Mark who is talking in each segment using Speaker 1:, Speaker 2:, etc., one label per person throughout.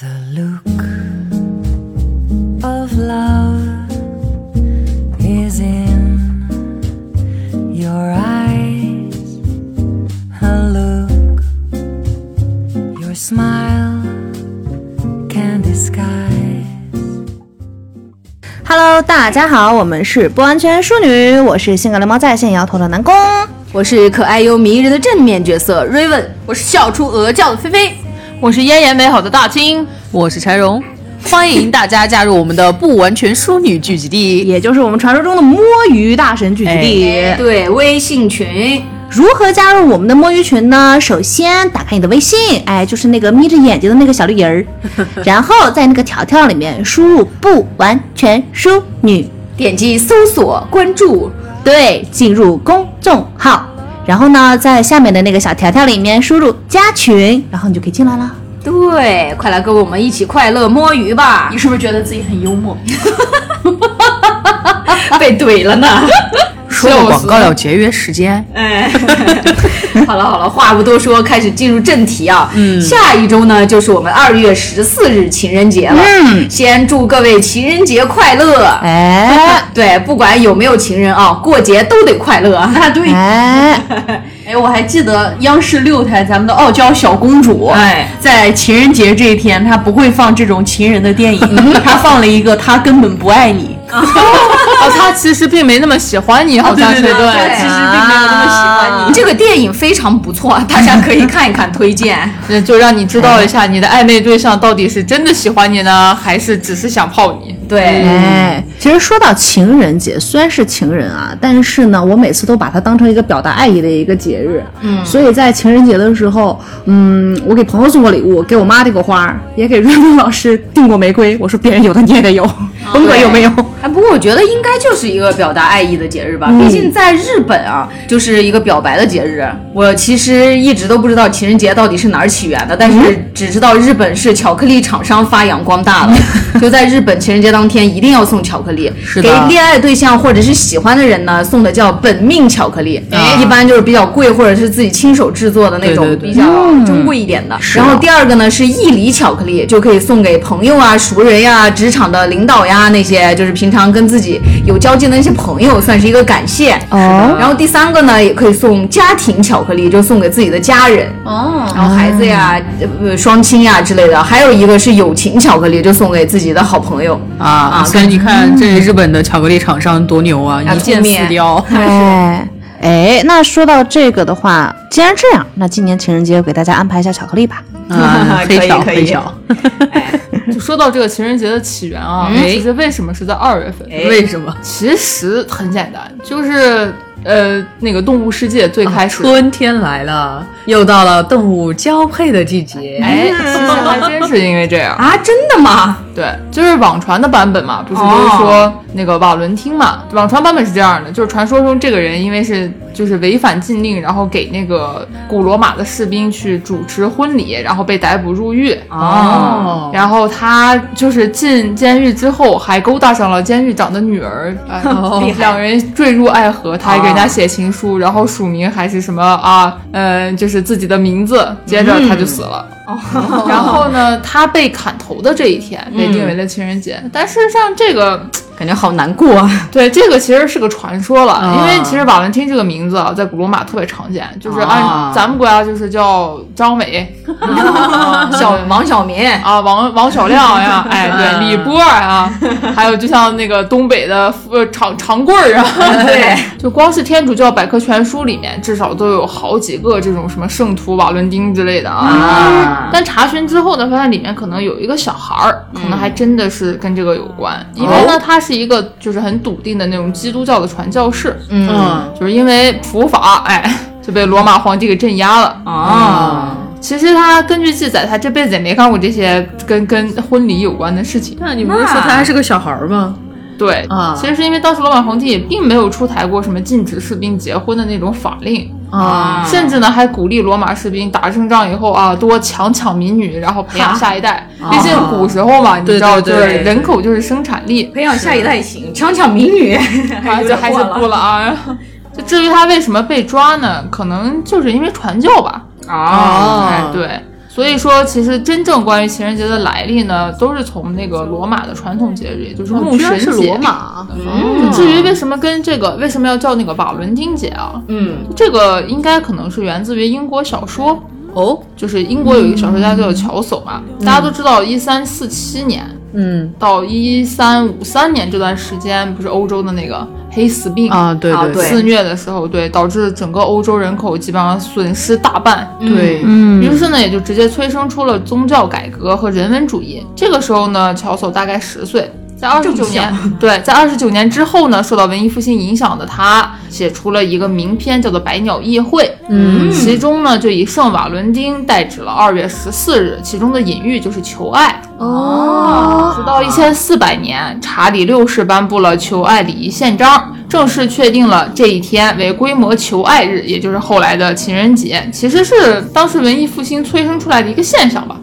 Speaker 1: The look of love is in your eyes. A look your smile can disguise.
Speaker 2: Hello，大家好，我们是不完全淑女，我是性感流氓在线摇头的南宫。
Speaker 3: 我是可爱又迷人的正面角色 Raven，我是笑出鹅叫的菲菲。
Speaker 4: 我是嫣然美好的大清，我是柴荣，欢迎大家加入我们的不完全淑女聚集地。
Speaker 2: 也就是我们传说中的摸鱼大神聚集地。
Speaker 3: 对，微信群
Speaker 2: 哎如何加入我们的摸鱼群呢？首先打开你的微信，哎，就是那个眯着眼睛的那个小绿人 儿，然后在那个条条里面输入“不完全淑女
Speaker 3: 点击搜索关注，”，
Speaker 2: 对，进入公众号，然后呢，在下面的那个小条条里面输入“加群”，然后你就可以进来了。
Speaker 3: 对，快来跟我们一起快乐摸鱼 吧！
Speaker 4: 是不是觉得自己很幽默？
Speaker 3: 被怼 了呢。
Speaker 4: 说了广告要节约时间，
Speaker 3: 哎， 好了好了，话不多说，开始进入正题啊。嗯，下一周呢就是我们二月十四日情人节了。嗯，先祝各位情人节快乐。
Speaker 2: 哎
Speaker 3: 对，不管有没有情人啊，过节都得快乐。啊， 对
Speaker 2: 哎，
Speaker 5: 哎，我还记得央视六台咱们的傲娇小公主，
Speaker 4: 哎，
Speaker 5: 在情人节这一天，她不会放这种情人的电
Speaker 3: 嗯
Speaker 5: 影，她放了一个《他根本不爱 你
Speaker 4: 哦，他其实并没那么喜欢你，好像是
Speaker 5: 哦对对对啊
Speaker 3: 对
Speaker 5: 其实并没有那么喜欢你
Speaker 3: 这个电影非常不错，大家可以看一看，推荐。
Speaker 4: 对，就让你知道一下你的暧昧对象到底是真的喜欢你呢，还是只是想泡你。
Speaker 3: 对，
Speaker 2: 哎，其实说到情人节，虽然是情人啊，但是呢，我每次都把它当成一个表达爱意的一个节日。嗯，所以在情人节的时候，嗯，我给朋友送过礼物，给我妈订过花，也给瑞文老师订过玫瑰。我说别人有的你也得有， 甭管有没有。
Speaker 3: 哎，不过我觉得应该就是一个表达爱意的节日吧，毕
Speaker 4: 嗯
Speaker 3: 竟在日本啊，就是一个表白的节日。我其实一直都不知道情人节到底是哪儿起源的，但
Speaker 4: 嗯
Speaker 3: 是只知道日本是巧克力厂商发扬光大 了，就在日本情人节当天一定要送巧克力，
Speaker 4: 是的
Speaker 3: 给恋爱对象或者是喜欢的人呢送的叫本命巧克力，
Speaker 4: 哎
Speaker 3: 一般就是比较贵或者是自己亲手制作的那种
Speaker 4: 对对对
Speaker 3: 比较珍贵一点的。然后
Speaker 4: 啊
Speaker 3: 第二个呢是一礼巧克力，就可以送给朋友啊、熟人呀、职场的领导呀那些，就是平常跟自己有交际的那些朋友，算是一个感谢。
Speaker 2: 哦，
Speaker 3: 然后第三个呢，也可以送家庭巧克力，就送给自己的家人，
Speaker 5: 哦，
Speaker 3: 然后孩子呀、呃双亲呀之类的。还有一个是友情巧克力，就送给自己的好朋友。
Speaker 4: 啊，所以你看，这日本的巧克力厂商多牛啊，一
Speaker 3: 后
Speaker 4: 箭
Speaker 3: 面
Speaker 4: 四 雕。
Speaker 2: 哎。哎，那说到这个的话，既然这样，那今年情人节我给大家安排一下巧克力吧。
Speaker 4: 啊，
Speaker 3: 可以
Speaker 4: 黑巧
Speaker 3: 可以
Speaker 4: 黑巧。
Speaker 6: 就说到这个情人节的起源啊，
Speaker 5: 嗯
Speaker 4: 哎
Speaker 6: 其实为什么是在二月份？
Speaker 5: 哎
Speaker 4: 为什么？
Speaker 6: 其实很简单，就是呃，那个动物世界最开始，
Speaker 4: 春天来了，又到了动物交配的季节。
Speaker 6: 哎，其实还真是因为这样。
Speaker 3: 啊，真的吗？哦
Speaker 6: 对，就是网传的版本嘛，不是就是说那个瓦伦汀嘛？网传版本是这样的，就是传说中这个人因为是就是违反禁令，然后给那个古罗马的士兵去主持婚礼，然后被逮捕入狱。
Speaker 4: 哦
Speaker 6: 然后他就是进监狱之后，还勾搭上了监狱长的女儿，哎
Speaker 3: 哦厉害
Speaker 6: 两人坠入爱河。他还给人家写情书，然后署名还是什么啊？嗯，就是自己的名字。接着
Speaker 3: 嗯
Speaker 6: 他就死了。然后呢，他被砍头的这一天被定为了情人节，但事实上这个
Speaker 3: 感觉好难过啊！
Speaker 6: 对，这个其实是个传说了，
Speaker 4: 啊
Speaker 6: 因为其实瓦伦汀这个名字啊，在古罗马特别常见，就是
Speaker 4: 啊
Speaker 6: 按咱们国家就是叫张伟、
Speaker 4: 嗯
Speaker 3: 小王小明，
Speaker 6: 啊、王王小亮呀，哎，
Speaker 4: 啊
Speaker 6: 对，李波啊，还有就像那个东北的呃长长棍儿
Speaker 4: 嗯
Speaker 6: 啊，
Speaker 3: 对，
Speaker 6: 就光是天主教百科全书里面至少都有好几个这种什么圣徒瓦伦丁之类的
Speaker 4: 啊
Speaker 6: 但查询之后呢，发现里面可能有一个小孩儿，可能还
Speaker 4: 嗯
Speaker 6: 真的是跟这个有关，因为
Speaker 4: 哦
Speaker 6: 呢，他是一个就是很笃定的那种基督教的传教士，
Speaker 4: 嗯
Speaker 6: 就是因为普法，哎，就被罗马皇帝给镇压了。
Speaker 3: 啊，
Speaker 6: 其实他根据记载，他这辈子也没干过这些跟跟婚礼有关的事情。
Speaker 4: 那你不是说他还是个小孩儿吗？
Speaker 6: 对，
Speaker 4: 啊
Speaker 6: 其实是因为当时罗马皇帝也并没有出台过什么禁止士兵结婚的那种法令，
Speaker 4: 啊，
Speaker 6: 甚至呢还鼓励罗马士兵打胜仗以后啊，多强抢民女，然后培养下一代。毕竟古时候嘛，你
Speaker 4: 啊对
Speaker 6: 知道，
Speaker 4: 对
Speaker 6: 就是
Speaker 4: 对
Speaker 6: 人口就是生产 力，
Speaker 3: 培养下一代也行，抢抢民女，
Speaker 6: 啊，就还是
Speaker 3: 过
Speaker 6: 不了啊。 就至于他为什么被抓呢？可能就是因为传教吧。
Speaker 3: 啊，
Speaker 6: 哎
Speaker 4: 哦，
Speaker 6: 对。所以说，其实真正关于情人节的来历呢，都是从那个罗马的传统节日，也就是
Speaker 4: 哦
Speaker 6: 牧
Speaker 4: 居
Speaker 6: 神
Speaker 4: 然
Speaker 6: 节。
Speaker 4: 是罗马，
Speaker 6: 嗯至于为什么跟这个为什么要叫那个瓦伦丁节啊？
Speaker 3: 嗯，
Speaker 6: 这个应该可能是源自于英国小说哦，就是英国有一个小说
Speaker 4: 嗯
Speaker 6: 家叫乔叟嘛，大家都知道，一三四七年，嗯，到一三五三年这段时间，不是欧洲的那个黑死病
Speaker 4: 啊，对
Speaker 3: 啊
Speaker 4: 对
Speaker 3: 对
Speaker 6: 肆虐的时候，对，导致整个欧洲人口基本上损失大半。嗯
Speaker 4: 对，
Speaker 6: 于是呢，也就直接催生出了宗教改革和人文主义。这个时候呢，乔叟大概十岁，在二十九年，对，在二十九年之后呢，受到文艺复兴影响的他，写出了一个名篇，叫做《百鸟夜会》。嗯，其中呢，就以圣瓦伦丁代指了二月十四日，其中的隐喻就是求爱。哦，直到一千四百年，查理六世颁布了求爱礼仪宪章，正式确定了这一天为规模求爱日，也就是后来的情人节，其实是当时文艺复兴催生出来的一个现象吧。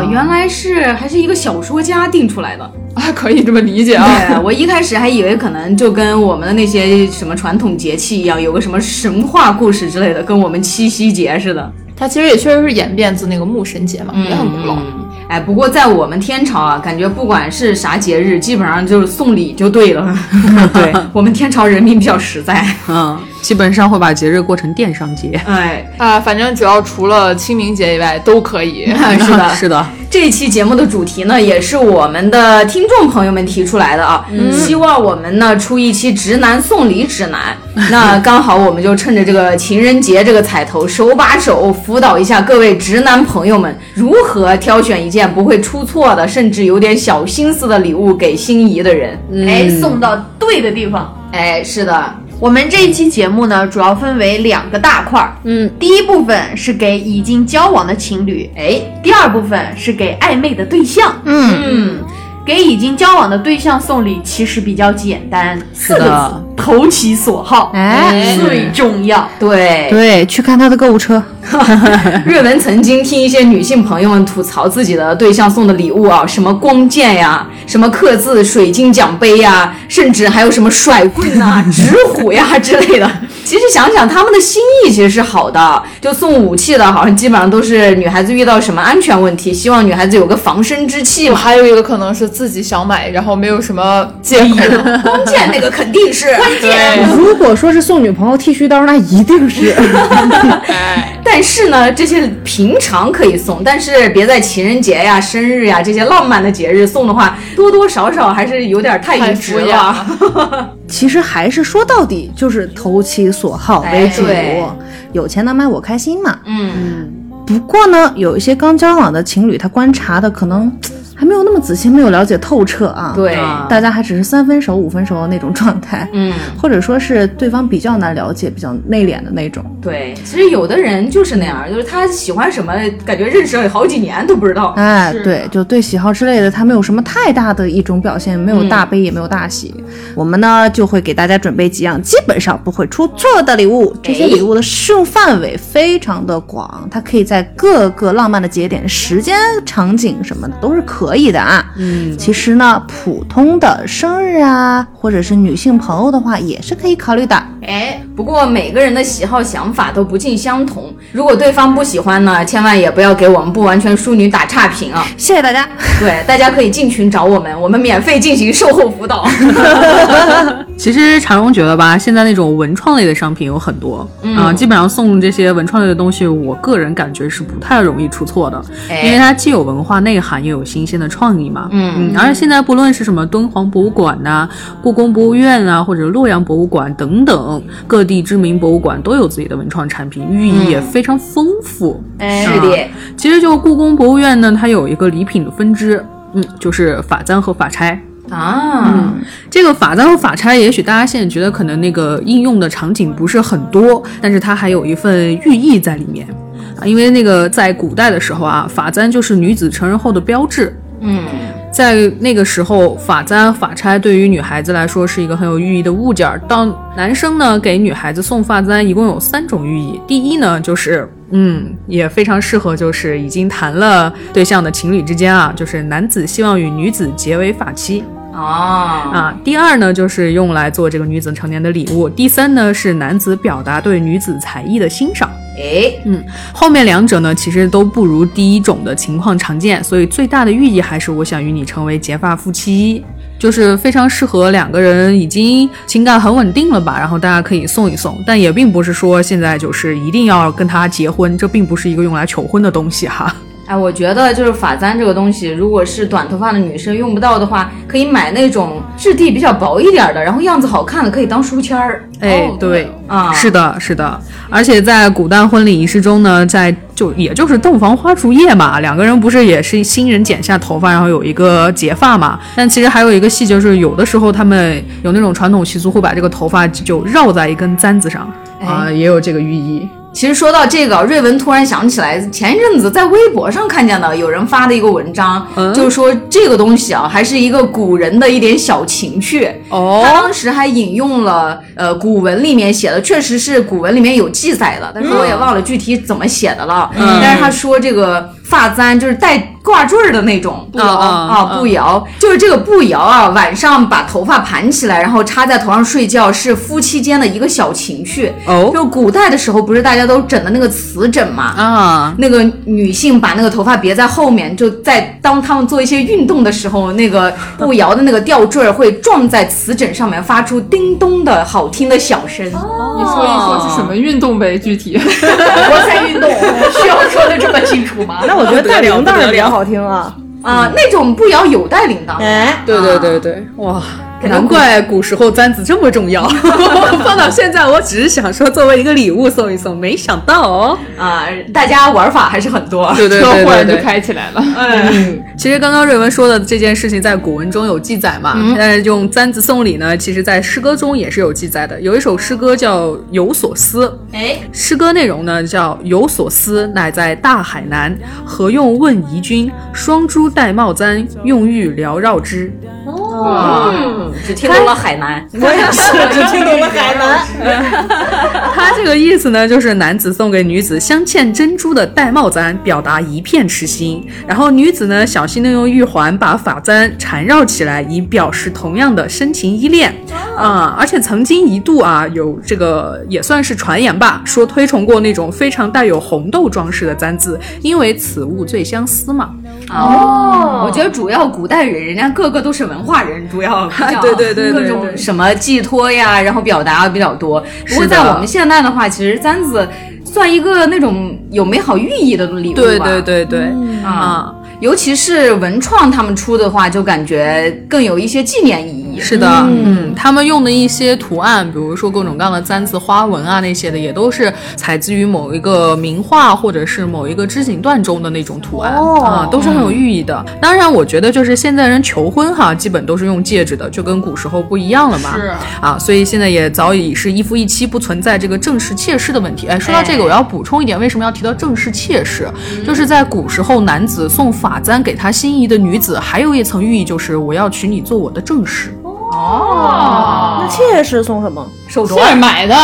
Speaker 3: 哦，原来是还是一个小说家定出来的。
Speaker 6: 啊，可以这么理解啊。
Speaker 3: 对，我一开始还以为可能就跟我们的那些什么传统节气一样，有个什么神话故事之类的，跟我们七夕节似的。
Speaker 6: 它其实也确实是演变自那个牧神节嘛，也很古老。
Speaker 4: 嗯
Speaker 3: 哎，不过在我们天朝啊，感觉不管是啥节日，基本上就是送礼就对了。 对我们天朝人民比较实在。
Speaker 4: 嗯，基本上会把节日过成电商节。
Speaker 3: 哎，
Speaker 6: 啊，反正只要除了清明节以外都可以。
Speaker 3: 是的，
Speaker 4: 是的，
Speaker 3: 这一期节目的主题呢，也是我们的听众朋友们提出来的啊，希望我们呢出一期直男送礼指南。 那刚好我们就趁着这个情人节这个彩头，手把手辅导一下各位直男朋友们如何挑选一件不会出错的，甚至有点小心思的礼物给心仪的人。嗯
Speaker 7: 哎，送到对的地方。
Speaker 3: 哎，是的，
Speaker 7: 我们这一期节目呢，主要分为两个大块儿。
Speaker 4: 嗯，
Speaker 7: 第一部分是给已经交往的情侣，
Speaker 3: 哎，
Speaker 7: 第二部分是给暧昧的对象。嗯嗯，给已经交往的对象送礼其实比较简单，四个
Speaker 4: 的
Speaker 7: 字：投其所好，
Speaker 2: 哎
Speaker 7: 最重要。
Speaker 3: 对，
Speaker 2: 对，去看他的购物 车。
Speaker 3: 瑞文曾经听一些女性朋友们吐槽自己的对象送的礼物啊，什么光剑呀，什么刻字水晶奖杯呀，甚至还有什么甩棍呐、 纸虎呀之类的。其实想想，他们的心意其实是好的，就送武器的，好像基本上都是女孩子遇到什么安全问题，希望女孩子有个防身之器
Speaker 6: 我
Speaker 3: 嘛。
Speaker 6: 还有一个可能是自己想买，然后没有什么借口。
Speaker 3: 光剑那个肯定是关键。
Speaker 2: 如果说是送女朋友剃须刀，那一定是
Speaker 3: 但是呢，这些平常可以送，但是别在情人节呀、生日呀这些浪漫的节日送的话，多多少少还是有点太
Speaker 6: 太
Speaker 3: 愚
Speaker 6: 敷
Speaker 3: 直
Speaker 6: 衍
Speaker 3: 了。
Speaker 2: 其实还是说到底就是投其所好为主，
Speaker 3: 哎对
Speaker 2: 有钱能买我开心嘛。
Speaker 3: 嗯，
Speaker 2: 不过呢，有一些刚交往的情侣，他观察的可能还没有那么仔细，没有了解透彻啊。，
Speaker 3: 对，
Speaker 2: 大家还只是三分熟、五分熟的那种状态，
Speaker 3: 嗯，
Speaker 2: 或者说是对方比较难了解、比较内敛的那种。
Speaker 3: 对。其实有的人就是那样，就是他喜欢什么，感觉认识了好几年都不知道。
Speaker 2: 哎，对，就对喜好之类的，他没有什么太大的一种表现，没有大悲也没有大喜。我们呢就会给大家准备几样基本上不会出错的礼物，这些礼物的适用范围非常的广，它可以在各个浪漫的节点、时间、场景什么的都是可以的啊。嗯，其实呢，普通的生日啊，或者是女性朋友的话，也是可以考虑的。
Speaker 3: 哎，不过每个人的喜好想法都不尽相同，如果对方不喜欢呢，千万也不要给我们不完全淑女打差评啊。
Speaker 2: 谢谢大家。
Speaker 3: 对，大家可以进群找我们，我们免费进行售后辅导。
Speaker 4: 其实常荣觉得吧，现在那种文创类的商品有很多啊、
Speaker 3: 嗯
Speaker 4: 基本上送这些文创类的东西，我个人感觉是不太容易出错的，
Speaker 3: 哎
Speaker 4: 因为它既有文化内涵，又有新鲜的创意嘛。嗯嗯。而且现在不论是什么敦煌博物馆呐、故宫博物院啊，或者洛阳博物馆等等，各地知名博物馆都有自己的文创产品，寓意也非常丰
Speaker 3: 嗯
Speaker 4: 富。啊
Speaker 3: 哎，是的，
Speaker 4: 其实就故宫博物院呢，它有一个礼品的分支，嗯，就是法簪和法钗。
Speaker 3: 啊，
Speaker 4: 这个法簪和法钗，也许大家现在觉得可能那个应用的场景不是很多，但是它还有一份寓意在里面啊。因为那个在古代的时候啊，法簪就是女子成人后的标志。嗯，在那个时候，法簪、法钗对于女孩子来说是一个很有寓意的物件儿。到男生呢，给女孩子送发簪，一共有三种寓意。第一呢，就是嗯，也非常适合就是已经谈了对象的情侣之间啊，就是男子希望与女子结为发妻。
Speaker 3: 啊，
Speaker 4: 啊，第二呢就是用来做这个女子成年的礼物，第三呢是男子表达对女子才艺的欣赏。嗯
Speaker 3: 哎，
Speaker 4: 后面两者呢，其实都不如第一种的情况常见，所以最大的寓意还是我想与你成为结发夫妻，就是非常适合两个人已经情感很稳定了吧，然后大家可以送一送，但也并不是说现在就是一定要跟他结婚，这并不是一个用来求婚的东西哈。
Speaker 3: 哎，我觉得就是发簪这个东西，如果是短头发的女生用不到的话，可以买那种质地比较薄一点的，然后样子好看的，可以当书签儿。
Speaker 4: 哎，
Speaker 8: 哦
Speaker 4: 对，
Speaker 3: 啊，
Speaker 4: 是的，是的，而且在古代婚礼仪式中呢，在就也就是洞房花烛夜嘛，两个人不是也是新人剪下头发，然后有一个结发嘛。但其实还有一个戏，就是有的时候他们有那种传统习俗，会把这个头发就绕在一根簪子上
Speaker 8: 哎
Speaker 4: 啊、也有这个寓意。
Speaker 3: 其实说到这个，瑞文突然想起来，前一阵子在微博上看见的有人发的一个文章，
Speaker 4: 嗯
Speaker 3: 就是说这个东西啊，还是一个古人的一点小情趣。
Speaker 4: 哦
Speaker 3: 他当时还引用了呃古文里面写的，确实是古文里面有记载的，但是我也忘了具体怎么写的了。
Speaker 4: 嗯
Speaker 3: 但是他说这个发簪就是带挂坠儿的那种布
Speaker 4: 啊
Speaker 3: 摇
Speaker 4: 啊
Speaker 3: 啊，布摇就是这个布摇啊，晚上把头发盘起来，然后插在头上睡觉，是夫妻间的一个小情趣。
Speaker 4: 哦
Speaker 3: 就古代的时候，不是大家都枕的那个瓷枕嘛？
Speaker 4: 啊，
Speaker 3: 那个女性把那个头发别在后面，就在当她们做一些运动的时候，那个步摇的那个吊坠儿会撞在瓷枕上面，发出叮咚的好听的响声。哦
Speaker 6: 你说一说是什么运动呗？具体
Speaker 7: 我在运动，需要说的这么清楚吗？
Speaker 4: 哦
Speaker 8: 那我觉得带铃铛也比较好听啊。
Speaker 3: 啊、那种步摇有带铃铛。
Speaker 8: 哎，
Speaker 4: 对对对对，哇，难怪古时候簪子这么重 要。放到现在，我只是想说作为一个礼物送一送，没想到哦。
Speaker 3: 啊、大家玩法还是很多。
Speaker 4: 对对
Speaker 6: 车
Speaker 4: 对
Speaker 6: 忽
Speaker 4: 对
Speaker 6: 然就
Speaker 4: 对，
Speaker 6: 开起来了。
Speaker 4: 其实刚刚瑞文说的这件事情在古文中有记载嘛，但是用簪子送礼呢，其实在诗歌中也是有记载的。有一首诗歌叫《有所思》，
Speaker 3: 哎，
Speaker 4: 诗歌内容呢叫“有所思，乃在大海南，何用问疑君？双珠戴帽簪，用玉缭绕之。”
Speaker 3: 嗯，只听懂了海南。
Speaker 8: 我也是，只听懂了海南。
Speaker 4: 它这个意思呢，就是男子送给女子镶嵌珍珠的玳瑁簪，表达一片痴心。然后女子呢，小心的用玉环把发簪缠绕起来，以表示同样的深情依恋。啊、而且曾经一度啊，有这个也算是传言吧，说推崇过那种非常带有红豆装饰的簪子，因为此物最相思嘛。
Speaker 3: 哦，我觉得主要古代人，人家个个都是文化人，主要
Speaker 4: 对对对对
Speaker 3: 各种什么寄托呀，然后表达比较多。不过
Speaker 4: 是的
Speaker 3: 在我们现代的话，其实簪子算一个那种有美好寓意的礼物吧。
Speaker 4: 对对对对，
Speaker 3: 啊、
Speaker 4: 啊、
Speaker 3: 尤其是文创他们出的话，就感觉更有一些纪念意义。
Speaker 4: 是的，嗯，他们用的一些图案，比如说各种各样的簪子、花纹啊那些的，也都是采自于某一个名画或者是某一个织锦缎中的那种图案、啊，都是很有寓意的。当然，我觉得就是现在人求婚哈，基本都是用戒指的，就跟古时候不一样了嘛。
Speaker 6: 是
Speaker 4: 啊，所以现在也早已是一夫一妻，不存在这个正室妾室的问题。哎，说到这个，我要补充一点，为什么要提到正室妾室？就是在古时候，男子送发簪给他心仪的女子，还有一层寓意就是我要娶你做我的正室。
Speaker 8: 那妾室送什么？
Speaker 3: 手镯
Speaker 6: 这儿买的，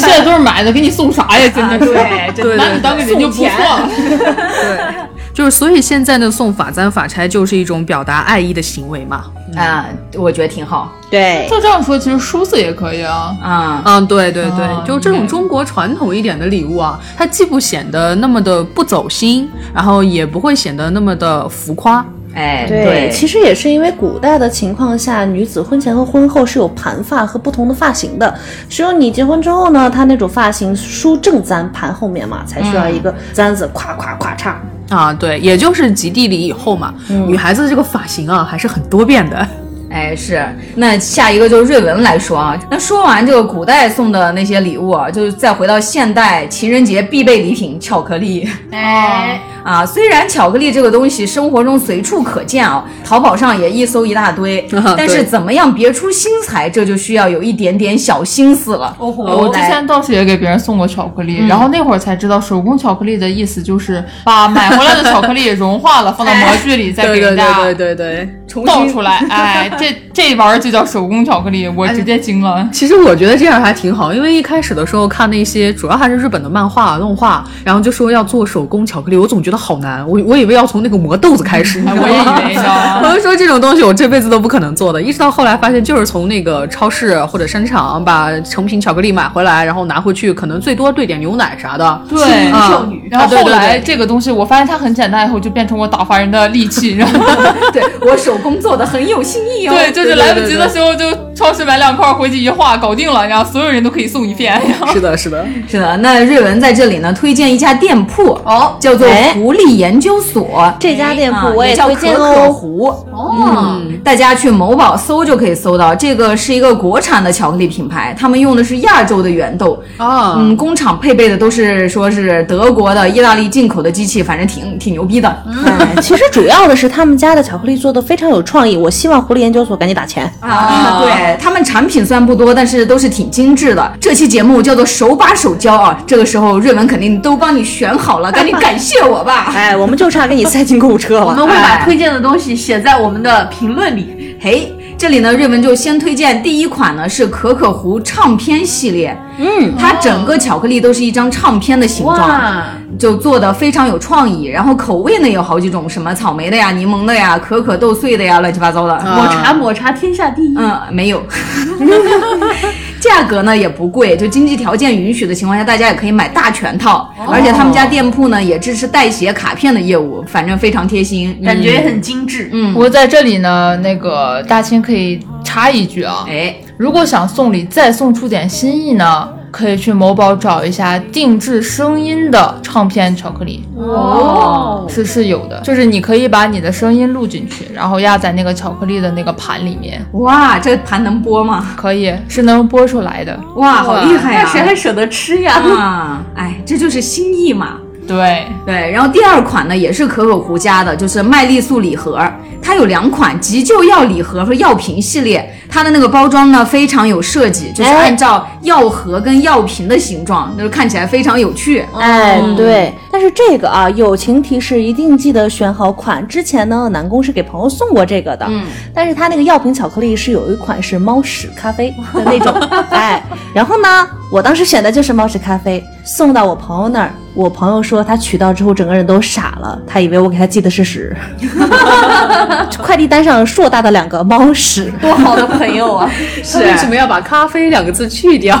Speaker 6: 这都是买的，给你送啥呀？真的是，
Speaker 4: 啊对
Speaker 6: 拿你当个人就不错了。
Speaker 4: 就是所以现在呢，送法簪法钗就是一种表达爱意的行为嘛。
Speaker 3: 啊、我觉得挺好
Speaker 8: 对，
Speaker 6: 照这样说，其实梳子也可以啊。
Speaker 3: 啊。
Speaker 4: 嗯，对对对，
Speaker 6: 哦
Speaker 4: 就这种中国传统一点的礼物啊，它既不显得那么的不走心，然后也不会显得那么的浮夸。
Speaker 3: 哎，
Speaker 2: 其实也是因为古代的情况下，女子婚前和婚后是有盘发和不同的发型的。只有你结婚之后呢，她那种发型梳正簪盘后面嘛，才需要一
Speaker 3: 嗯
Speaker 2: 个簪子咵咵咵嚓。
Speaker 4: 啊，对，也就是及地礼以后嘛，
Speaker 6: 嗯
Speaker 4: 女孩子这个发型啊还是很多变的。
Speaker 3: 哎，是。那下一个就是瑞文来说啊，那说完这个古代送的那些礼物啊，就是再回到现代情人节必备礼品巧克力。
Speaker 7: 哎，
Speaker 3: 啊，虽然巧克力这个东西生活中随处可见啊，淘宝上也一搜一大堆，
Speaker 4: 啊
Speaker 3: 但
Speaker 4: 对
Speaker 3: 是怎么样别出心裁，这就需要有一点点小心思了。哦
Speaker 6: 我
Speaker 4: 哎
Speaker 6: 之前倒是也给别人送过巧克
Speaker 4: 嗯
Speaker 6: 力，然后那会儿才知道手工巧克力的意思就是把买回来的巧克力融化了，放到模具里再给人家
Speaker 4: 哎对对。
Speaker 6: 倒出来。哎，这这玩意儿就叫手工巧克力，
Speaker 4: 哎
Speaker 6: 我直接惊 了。
Speaker 4: 其实我觉得这样还挺好，因为一开始的时候看那些主要还是日本的漫画动画，然后就说要做手工巧克力，我总觉觉得好难，我我以为要从那个磨豆子开始，你知道
Speaker 6: 我也
Speaker 4: 吗？
Speaker 6: 以为呢。
Speaker 4: 我就说这种东西我这辈子都不可能做的，一直到后来发现，就是从那个超市或者商场把成品巧克力买回来，然后拿回去，可能最多兑点牛奶啥的。
Speaker 6: 对，
Speaker 4: 啊，
Speaker 6: 然后
Speaker 4: 对
Speaker 6: 后
Speaker 4: 对
Speaker 6: 来
Speaker 4: 对
Speaker 6: 这个东西，我发现它很简单，以后就变成我打发人的利器，然后
Speaker 3: 对我手工做的很有新意哦。
Speaker 6: 对，就是
Speaker 4: 对
Speaker 6: 来不
Speaker 4: 对
Speaker 6: 及
Speaker 4: 对
Speaker 6: 的时候就超市买两块回去一化搞定了，然后所有人都可以送一片，然后
Speaker 4: 是的，是的，
Speaker 3: 是的，那瑞文在这里呢，推荐一家店铺哦，叫做
Speaker 8: 哎
Speaker 3: 狐狸研究所。
Speaker 8: 这家店铺
Speaker 3: 啊
Speaker 8: 我
Speaker 3: 也叫
Speaker 8: 推
Speaker 3: 可
Speaker 8: 荐
Speaker 3: 可
Speaker 8: 哦。
Speaker 3: 湖哦、大家去某宝搜就可以搜到，这个是一个国产的巧克力品牌，他们用的是亚洲的原豆，
Speaker 4: 啊，
Speaker 3: 嗯，工厂配备的都是说是德国的、意大利进口的机器，反正挺挺牛逼的、
Speaker 8: 哎其实主要的是他们家的巧克力做的非常有创意，我希望狐狸研究所赶紧打钱。
Speaker 3: 啊。对他们产品虽然不多，但是都是挺精致的。这期节目叫做手把手教啊，这个时候瑞文肯定都帮你选好了，赶紧感谢我吧。
Speaker 8: 哎，我们就差给你塞进购物车
Speaker 7: 我
Speaker 8: 了。
Speaker 7: 们会把推荐的东西写在我们的评论里。
Speaker 3: 嘿，这里呢，瑞文就先推荐第一款呢是可可湖唱片系列，嗯，它整个巧克力都是一张唱片的形状，
Speaker 7: 哇，
Speaker 3: 就做的非常有创意。然后口味呢有好几种，什么草莓的呀、柠檬的呀、可可豆碎的呀，乱七八糟的。
Speaker 7: 抹茶抹茶天下第一。
Speaker 3: 嗯，没有， 价格呢也不贵，就经济条件允许的情况下，大家也可以买大全套。
Speaker 7: 哦
Speaker 3: 而且他们家店铺呢也支持代写卡片的业务，反正非常贴心。
Speaker 7: 感觉也很精致，
Speaker 3: 嗯，
Speaker 6: 不过在这里呢，那个大清可以插一句啊，
Speaker 3: 哎，
Speaker 6: 如果想送礼再送出点心意呢，可以去某宝找一下定制声音的唱片巧克力，
Speaker 7: 哦，
Speaker 6: 是是有的，就是你可以把你的声音录进去，然后压在那个巧克力的那个盘里面，
Speaker 3: 哇，这盘能播吗？
Speaker 6: 可以是能播出来的。
Speaker 3: 哇，好厉害呀、
Speaker 7: 那谁还舍得吃呀？
Speaker 3: 啊， 哎，这就是心意嘛。
Speaker 6: 对，
Speaker 3: 对，然后第二款呢也是可可湖家的，就是麦丽素礼盒，它有两款急救药礼盒和药瓶系列，它的那个包装呢非常有设计，就是按照药盒跟药瓶的形状，就是看起来非常有趣。
Speaker 8: 哎，对，但是这个啊，友情提示一定记得选好款。之前呢，南宫是给朋友送过这个的，嗯，但是他那个药瓶巧克力是有一款是猫屎咖啡的那种，哎，然后呢，我当时选的就是猫屎咖啡，送到我朋友那儿，我朋友说他取到之后整个人都傻了，他以为我给他寄的是屎， 快递单上硕大的两个猫屎，
Speaker 7: 多好的朋友啊！
Speaker 4: 是为什么要把“咖啡”两个字去掉？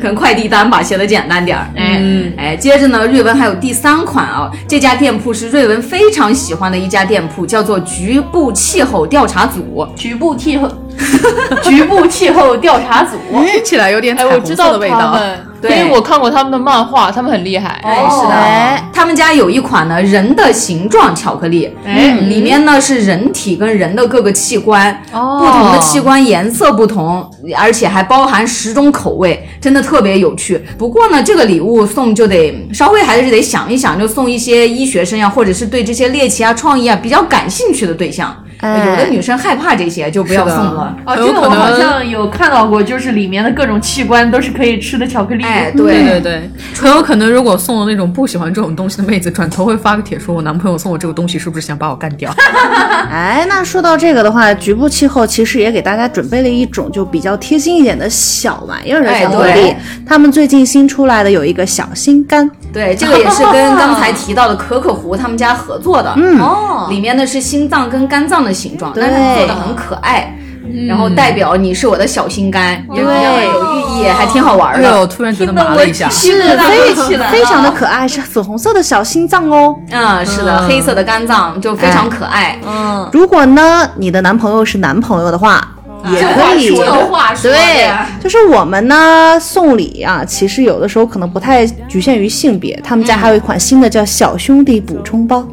Speaker 3: 可能快递单吧，写的简单点儿。哎、哎，接着呢，瑞文还有第三款啊，这家店铺是瑞文非常喜欢的一家店铺，叫做局部气候调查组。
Speaker 7: 局部气候，局部气候调查组，
Speaker 4: 听 起来有点
Speaker 6: 哎，
Speaker 4: 彩
Speaker 6: 我
Speaker 4: 虹
Speaker 6: 知
Speaker 4: 色
Speaker 6: 道
Speaker 4: 的味
Speaker 6: 他
Speaker 4: 道。
Speaker 6: 们，因
Speaker 3: 对
Speaker 6: 为我看过他们的漫画，他们很厉害。
Speaker 4: 哦
Speaker 3: 哎，是的，他们家有一款呢人的形状巧克力，哎，里面呢是人体跟人的各个器官，
Speaker 6: 哦
Speaker 3: 不同的器官颜色不同，而且还包含十种口味，真的特别有趣。不过呢，这个礼物送就得稍微还是得想一想，就送一些医学生呀，或者是对这些猎奇啊、创意啊比较感兴趣的对象。有的女生害怕这些，就不要
Speaker 4: 是
Speaker 3: 送
Speaker 4: 的
Speaker 3: 了。
Speaker 7: 哦，
Speaker 4: 很有
Speaker 7: 这个
Speaker 4: 可
Speaker 7: 我好
Speaker 4: 能
Speaker 7: 像有看到过，就是里面的各种器官都是可以吃的巧克力。
Speaker 3: 哎，
Speaker 4: 对对对，很有可能如果送了那种不喜欢这种东西的妹子，转头会发个帖说：“我男朋友送我这个东西，是不是想把我干掉
Speaker 2: 哎，那说到这个的话，局部气候其实也给大家准备了一种就比较贴心一点的小玩意儿的
Speaker 3: 哎
Speaker 2: 巧克力
Speaker 3: 对。
Speaker 2: 他们最近新出来的有一个小心肝，
Speaker 3: 对，这个也是 跟刚才提到的可可湖他们家合作的。嗯，哦，里面呢是心脏跟肝脏的形状，但是做的很可爱。然后代表你是我的小心肝，也比较有寓意，还挺好？”玩
Speaker 4: 哎
Speaker 3: 的。
Speaker 4: 呦，突然觉得麻了 一下。
Speaker 7: 是
Speaker 2: 非
Speaker 7: 起来了
Speaker 2: 非常的可爱，是粉红色的小心脏哦。
Speaker 3: 嗯，是的，黑色的肝脏就非常可爱。
Speaker 2: 如果呢你的男朋友是男朋友的话，也
Speaker 3: 嗯
Speaker 2: 可以。
Speaker 3: 话说
Speaker 2: 对，就是我们呢送礼啊，其实有的时候可能不太局限于性别。他们家还有一款新的叫“小兄弟补充包”，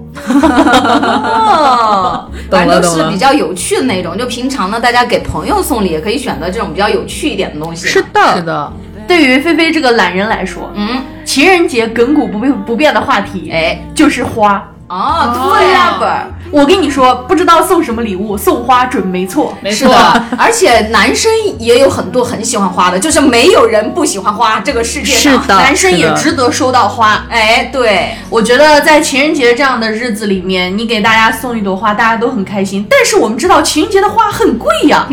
Speaker 3: 哦，
Speaker 4: 懂
Speaker 3: 反
Speaker 4: 了
Speaker 3: 正
Speaker 4: 懂
Speaker 3: 都
Speaker 4: 了
Speaker 3: 是比较有趣的那种。就平常呢，大家给朋友送礼也可以选择这种比较有趣一点的东西。是
Speaker 4: 是的，
Speaker 7: 对于菲菲这个懒人来说，
Speaker 3: 嗯，
Speaker 7: 情人节亘古不变不变的话题，
Speaker 3: 哎，
Speaker 7: 就是花。
Speaker 3: 哦，对呀，本儿。
Speaker 7: 我跟你说，不知道送什么礼物，送花准没错。
Speaker 6: 没
Speaker 3: 是
Speaker 6: 错，
Speaker 3: 的，而且男生也有很多很喜欢花的，就是没有人不喜欢花，这个世界上
Speaker 2: 是的
Speaker 7: 男生
Speaker 4: 是
Speaker 7: 也
Speaker 4: 的
Speaker 7: 值得收到花。
Speaker 3: 哎，对，
Speaker 7: 我觉得在情人节这样的日子里面，你给大家送一朵花，大家都很开心。但是我们知道情人节的花很贵 呀，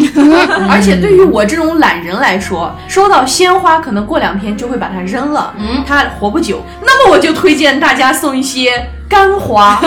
Speaker 7: 而且对于我这种懒人来说，收到鲜花可能过两天就会把它扔了，嗯，它活不久。那么我就推荐大家送一些干花，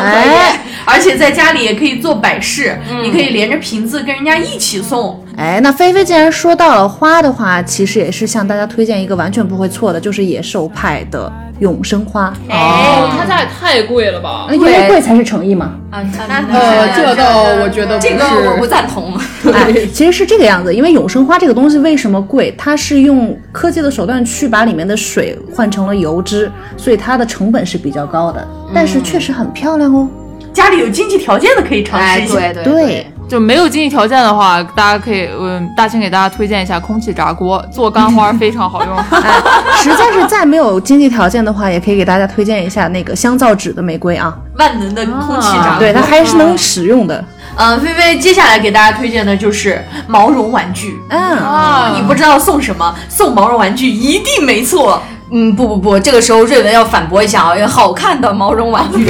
Speaker 2: 哎
Speaker 7: 而且在家里也可以做摆饰，
Speaker 3: 嗯
Speaker 7: 你可以连着瓶子跟人家一起送。
Speaker 2: 哎，那菲菲既然说到了花的话，其实也是向大家推荐一个完全不会错的，就是野兽派的永生花。
Speaker 6: 哦，他家也太贵了吧？
Speaker 2: 因为贵才是诚意嘛。
Speaker 3: 嗯
Speaker 6: 呃，这个倒我觉得不
Speaker 3: 这个我不
Speaker 6: 是。
Speaker 3: 赞同。
Speaker 2: 哎，其实是这个样子，因为永生花这个东西为什么贵？它是用科技的手段去把里面的水换成了油脂，所以它的成本是比较高的，但是确实很漂亮哦。
Speaker 7: 家里有经济条件的可以尝试
Speaker 3: 哎，
Speaker 7: 一下。
Speaker 3: 对对
Speaker 2: 对，
Speaker 6: 就没有经济条件的话，大家可以，嗯，大庆给大家推荐一下空气炸锅，做干花非常好用。
Speaker 7: 哎
Speaker 2: 实在是再没有经济条件的话，也可以给大家推荐一下那个香皂纸的玫瑰 啊，
Speaker 7: 万能的空气炸锅。
Speaker 2: 对，它还是能使用的。
Speaker 7: 嗯，菲菲接下来给大家推荐的就是毛绒玩具。
Speaker 2: 嗯，
Speaker 7: 啊，你不知道送什么，送毛绒玩具一定没错。
Speaker 3: 嗯，不不不，这个时候瑞文要反驳一下啊，有好看的毛绒玩具，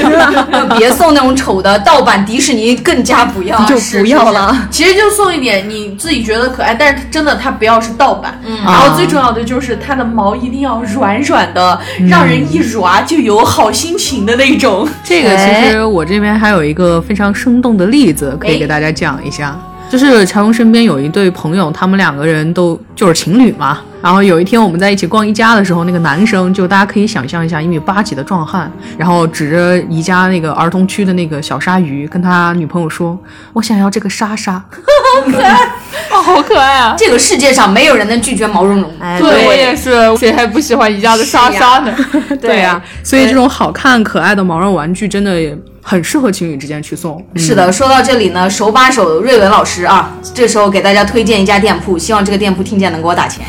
Speaker 3: 别送那种丑的，盗版迪士尼更加不要。
Speaker 2: 就是不要了。
Speaker 7: 是是其实就送一点你自己觉得可爱，但是真的它不要是盗版。嗯，然后最重要的就是它的毛一定要软软的，让人一抓就有好心情的那种。
Speaker 4: 这个其实我这边还有一个非常生动的例子可以给大家讲一下，就是乔荣身边有一对朋友，他们两个人都就是情侣嘛。然后有一天我们在一起逛宜家的时候，那个男生就大家可以想象一下一米八几的壮汉，然后指着宜家那个儿童区的那个小鲨鱼，跟他女朋友说：“我想要这个莎莎。”
Speaker 6: 哦，好可爱啊！
Speaker 3: 这个世界上没有人能拒绝毛茸茸。
Speaker 2: 哎，
Speaker 6: 对我也是，谁还不喜欢宜家的莎莎呢？
Speaker 4: 对
Speaker 2: 啊
Speaker 4: 呀、所以这种好看可爱的毛绒玩具真的也很适合情侣之间去送。嗯
Speaker 2: 嗯
Speaker 3: 是的，说到这里呢，手把手瑞文老师啊，这时候给大家推荐一家店铺，希望这个店铺听见能给我打钱。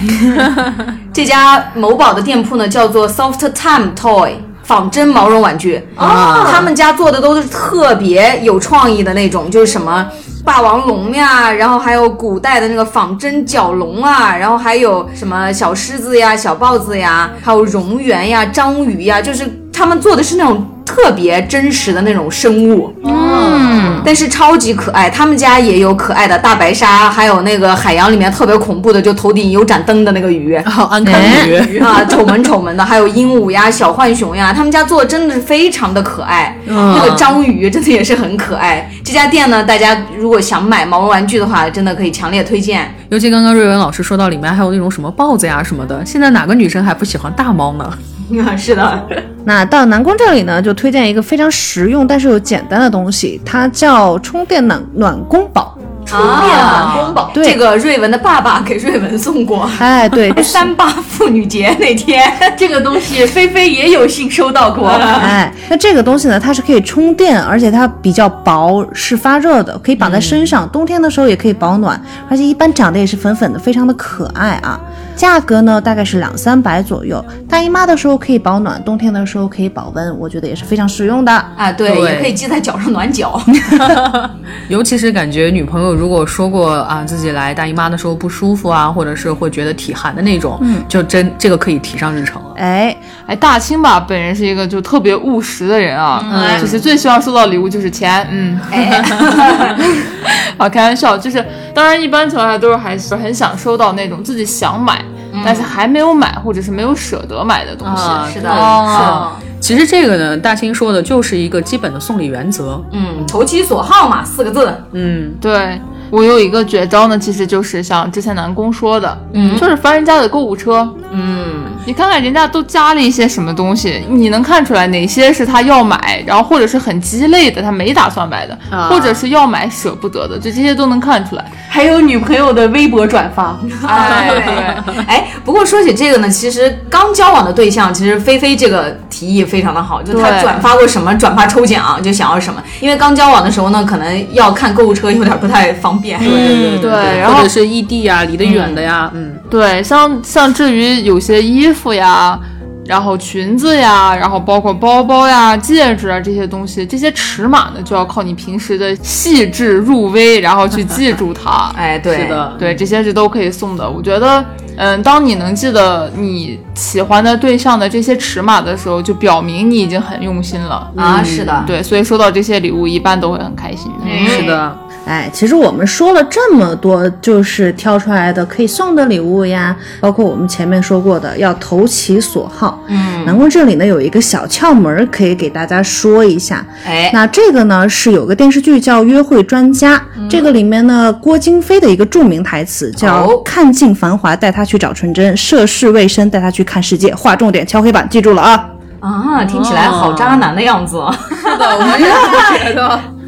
Speaker 3: 这家某宝的店铺呢，叫做 Soft Time Toy。仿真毛绒玩具啊，他们家做的都是特别有创意的那种，就是什么霸王龙呀，然后还有古代的那个仿真角龙啊，然后还有什么小狮子呀、小豹子呀，还有蝾螈呀、章鱼呀，就是他们做的是那种特别真实的那种生物。但是超级可爱。他们家也有可爱的大白鲨，还有那个海洋里面特别恐怖的，就头顶有盏灯的那个鱼。
Speaker 4: 好安康 鱼，
Speaker 3: 啊，丑萌丑萌的，还有鹦鹉呀、小浣熊呀，他们家做的真的是非常的可爱。那个章鱼真的也是很可爱。这家店呢，大家如果想买毛绒玩具的话，真的可以强烈推荐。
Speaker 4: 尤其刚刚瑞文老师说到里面还有那种什么豹子呀什么的，现在哪个女生还不喜欢大猫呢？
Speaker 2: 那到南宫这里呢，就推荐一个非常实用但是又简单的东西，它叫充电暖暖宫宝。
Speaker 3: 充电暖啊宫宝，
Speaker 2: 对
Speaker 3: 这个瑞文的爸爸给瑞文送 过。
Speaker 2: 哎， 对，就是
Speaker 3: 三八妇女节那天，啊
Speaker 7: 这个东西菲菲也有幸收到过。
Speaker 2: 哎，那这个东西呢，它是可以充电，而且它比较薄，是发热的，可以绑在身上，冬天的时候也可以保暖，而且一般长得也是粉粉的，非常的可爱啊。价格呢大概是两三百左右，大姨妈的时候可以保暖，冬天的时候可以保温，我觉得也是非常实用的。
Speaker 3: 啊，对，
Speaker 4: 对
Speaker 3: 也可以系在脚上暖脚。
Speaker 4: 尤其是感觉女朋友如果说过啊自己来大姨妈的时候不舒服啊，或者是会觉得体寒的那种，就真这个可以提上日程了。
Speaker 2: 哎，
Speaker 6: 哎，大清吧，本人是一个就特别务实的人啊，就是最希望收到礼物就是钱，嗯， 好开玩笑，就是当然一般情况下都是还是很想收到那种自己想买，但是还没有买或者是没有舍得买的东西。
Speaker 4: 啊
Speaker 3: 是的，
Speaker 6: 哦
Speaker 3: 是的
Speaker 4: 其实这个呢，大清说的就是一个基本的送礼原则。
Speaker 3: 嗯，投其所好嘛，四个字。
Speaker 4: 嗯，
Speaker 6: 对我有一个绝招呢，其实就是像之前南宫说的，嗯，就是翻人家的购物车，
Speaker 3: 嗯，
Speaker 6: 你看看人家都加了一些什么东西，你能看出来哪些是他要买，然后或者是很鸡肋的，他没打算买的，或者是要买舍不得的，就这些都能看出来。
Speaker 7: 还有女朋友的微博转发，
Speaker 6: 哎，对，
Speaker 3: 哎，不过说起这个呢，其实刚交往的对象，其实菲菲这个提议非常的好，就她
Speaker 6: 对
Speaker 3: 转发过什么，转发抽奖就想要什么。因为刚交往的时候呢，可能要看购物车有点不太方便。。
Speaker 4: 对
Speaker 6: 对然后
Speaker 4: 嗯或者是异地呀、离得远的呀，嗯，
Speaker 6: 对，像像至于有些衣服呀，然后裙子呀，然后包括包包呀、戒指啊这些东西，这些尺码呢，就要靠你平时的细致入微，然后去记住 它
Speaker 3: 哎，对，
Speaker 4: 是的，
Speaker 6: 对，这些是都可以送的。我觉得，嗯，当你能记得你喜欢的对象的这些尺码的时候，就表明你已经很用心了。嗯
Speaker 3: 啊，是的，
Speaker 6: 对，所以收到这些礼物一般都会很开心的。嗯
Speaker 4: 是的。
Speaker 2: 哎，其实我们说了这么多，就是挑出来的可以送的礼物呀，包括我们前面说过的要投其所好。嗯，南宫这里呢有一个小窍门儿可以给大家说一下。
Speaker 3: 哎，
Speaker 2: 那这个呢是有个电视剧叫《约会专家》，
Speaker 3: 嗯
Speaker 2: 这个里面呢郭京飞的一个著名台词叫
Speaker 3: 哦
Speaker 2: “看尽繁华，带他去找纯真；涉世未深，带他去看世界。”划重点，敲黑板，记住了啊！
Speaker 3: 啊，听起来好渣男的样子。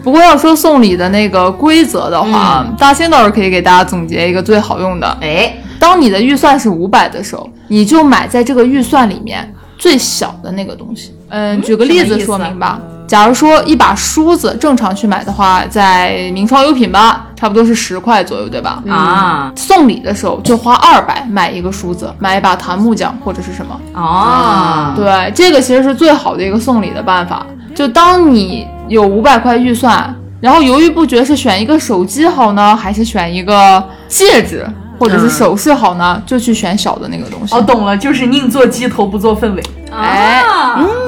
Speaker 6: 不过要说送礼的那个规则的话，大仙倒是可以给大家总结一个最好用的。
Speaker 3: 哎，
Speaker 6: 当你的预算是五百的时候，你就买在这个预算里面最小的那个东西。嗯，举个例子说明吧。假如说一把梳子正常去买的话，在名创优品吧，差不多是十块左右，对吧？
Speaker 3: 啊，
Speaker 6: 送礼的时候就花二百买一个梳子，买一把檀木匠或者是什么。
Speaker 3: 哦，
Speaker 7: 啊
Speaker 6: 对，这个其实是最好的一个送礼的办法。就当你有五百块预算，然后犹豫不决是选一个手机好呢，还是选一个戒指或者是首饰好呢？就去选小的那个东西。
Speaker 7: 哦，懂了，就是宁做鸡头不做凤尾。
Speaker 6: 哎，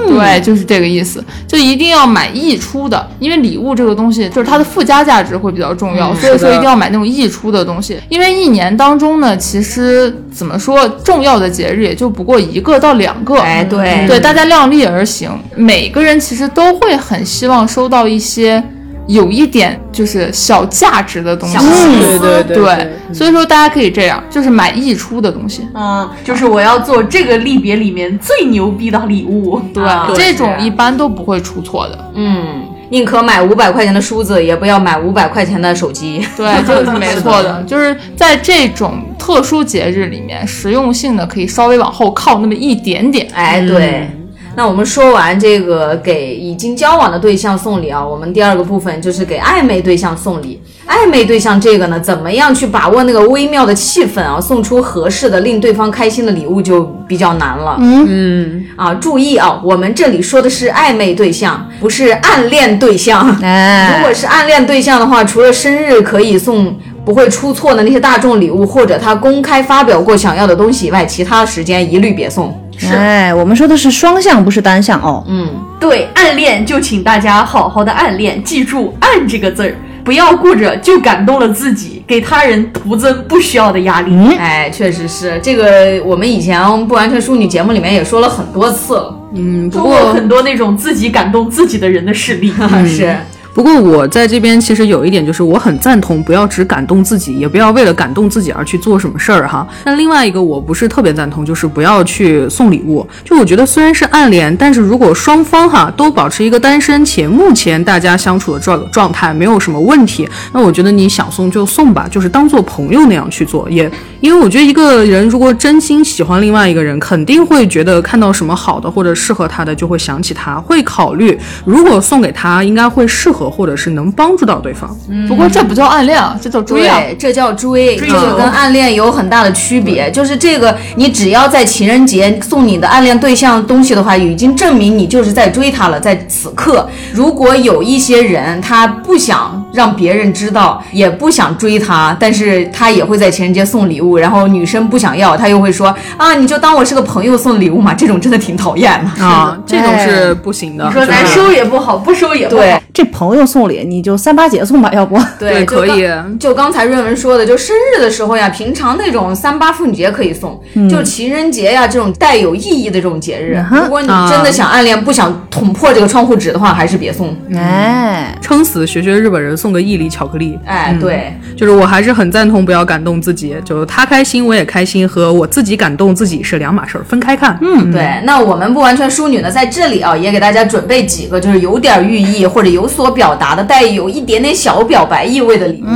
Speaker 6: 对，就是这个意思，就一定要买溢出的，因为礼物这个东西就是它的附加价值会比较重要，所以说一定要买那种溢出的东西。因为一年当中呢，其实怎么说，重要的节日也就不过一个到两个，
Speaker 3: 哎，对，
Speaker 6: 对，大家量力而行。每个人其实都会很希望收到一些有一点就是小价值的东西，嗯
Speaker 4: 对对对
Speaker 6: 对，所以说大家可以这样，就是买溢出的东西。
Speaker 7: 嗯，就是我要做这个类别里面最牛逼的礼物。对
Speaker 3: 啊
Speaker 6: 这种一般都不会出错的，
Speaker 3: 嗯，宁可买五百块钱的梳子，也不要买五百块钱的手机。
Speaker 6: 对，这个是没错的。就是在这种特殊节日里面，实用性呢可以稍微往后靠那么一点点。
Speaker 3: 哎，对。那我们说完这个给已经交往的对象送礼啊，我们第二个部分就是给暧昧对象送礼。暧昧对象这个呢，怎么样去把握那个微妙的气氛啊，送出合适的、令对方开心的礼物就比较难了。嗯嗯啊，注意啊，我们这里说的是暧昧对象，不是暗恋对象。
Speaker 2: 哎，
Speaker 3: 如果是暗恋对象的话，除了生日可以送不会出错的那些大众礼物，或者他公开发表过想要的东西以外，其他时间一律别送。
Speaker 2: 哎，我们说的是双向，不是单向哦。
Speaker 3: 嗯，
Speaker 7: 对，暗恋就请大家好好的暗恋，记住“暗”这个字儿，不要顾着就感动了自己，给他人徒增不需要的压力。
Speaker 3: 哎，确实是这个，我们以前不完全淑女节目里面也说了很多次了，
Speaker 4: 嗯，不
Speaker 7: 通
Speaker 4: 过
Speaker 7: 过很多那种自己感动自己的人的事例，
Speaker 3: 是
Speaker 4: 不过我在这边其实有一点，就是我很赞同不要只感动自己，也不要为了感动自己而去做什么事儿哈。但另外一个我不是特别赞同，就是不要去送礼物。就我觉得虽然是暗恋，但是如果双方哈都保持一个单身且目前大家相处的状状态没有什么问题，那我觉得你想送就送吧，就是当做朋友那样去做。也因为我觉得一个人如果真心喜欢另外一个人，肯定会觉得看到什么好的或者适合他的就会想起他，会考虑如果送给他，应该会适合或者是能帮助到对方。
Speaker 3: 嗯
Speaker 6: 不过这不叫暗恋啊，这叫追啊。
Speaker 3: 对，这叫追，
Speaker 7: 追
Speaker 3: 这个
Speaker 7: 求
Speaker 3: 跟暗恋有很大的区别。就是这个，你只要在情人节送你的暗恋对象东西的话，已经证明你就是在追他了。在此刻，如果有一些人他不想让别人知道，也不想追他，但是他也会在情人节送礼物，然后女生不想要，他又会说啊，你就当我是个朋友送礼物嘛。这种真的挺讨厌的。
Speaker 4: 啊，这种是不行的。
Speaker 7: 你说咱
Speaker 4: 是吧
Speaker 7: 收也不好，不收也不好。
Speaker 3: 对
Speaker 2: 这朋友送礼，你就三八节送吧，要不？
Speaker 3: 就
Speaker 4: 对可
Speaker 3: 刚
Speaker 4: 以
Speaker 3: 就刚才瑞文说的，就生日的时候呀，平常那种三八妇女节可以送，就情人节呀这种带有意义的这种节日，如果你真的想暗恋，不想捅破这个窗户纸的话，还是别送。
Speaker 2: 哎，
Speaker 4: 撑死学学日本人送个一粒巧克力，嗯
Speaker 3: 哎，对，
Speaker 4: 就是我还是很赞同不要感动自己，就他开心我也开心，和我自己感动自己是两码事儿，分开看。嗯，
Speaker 3: 对，那我们不完全淑女呢，在这里啊，也给大家准备几个就是有点寓意或者有所表达的，带有一点点小表白意味的礼物。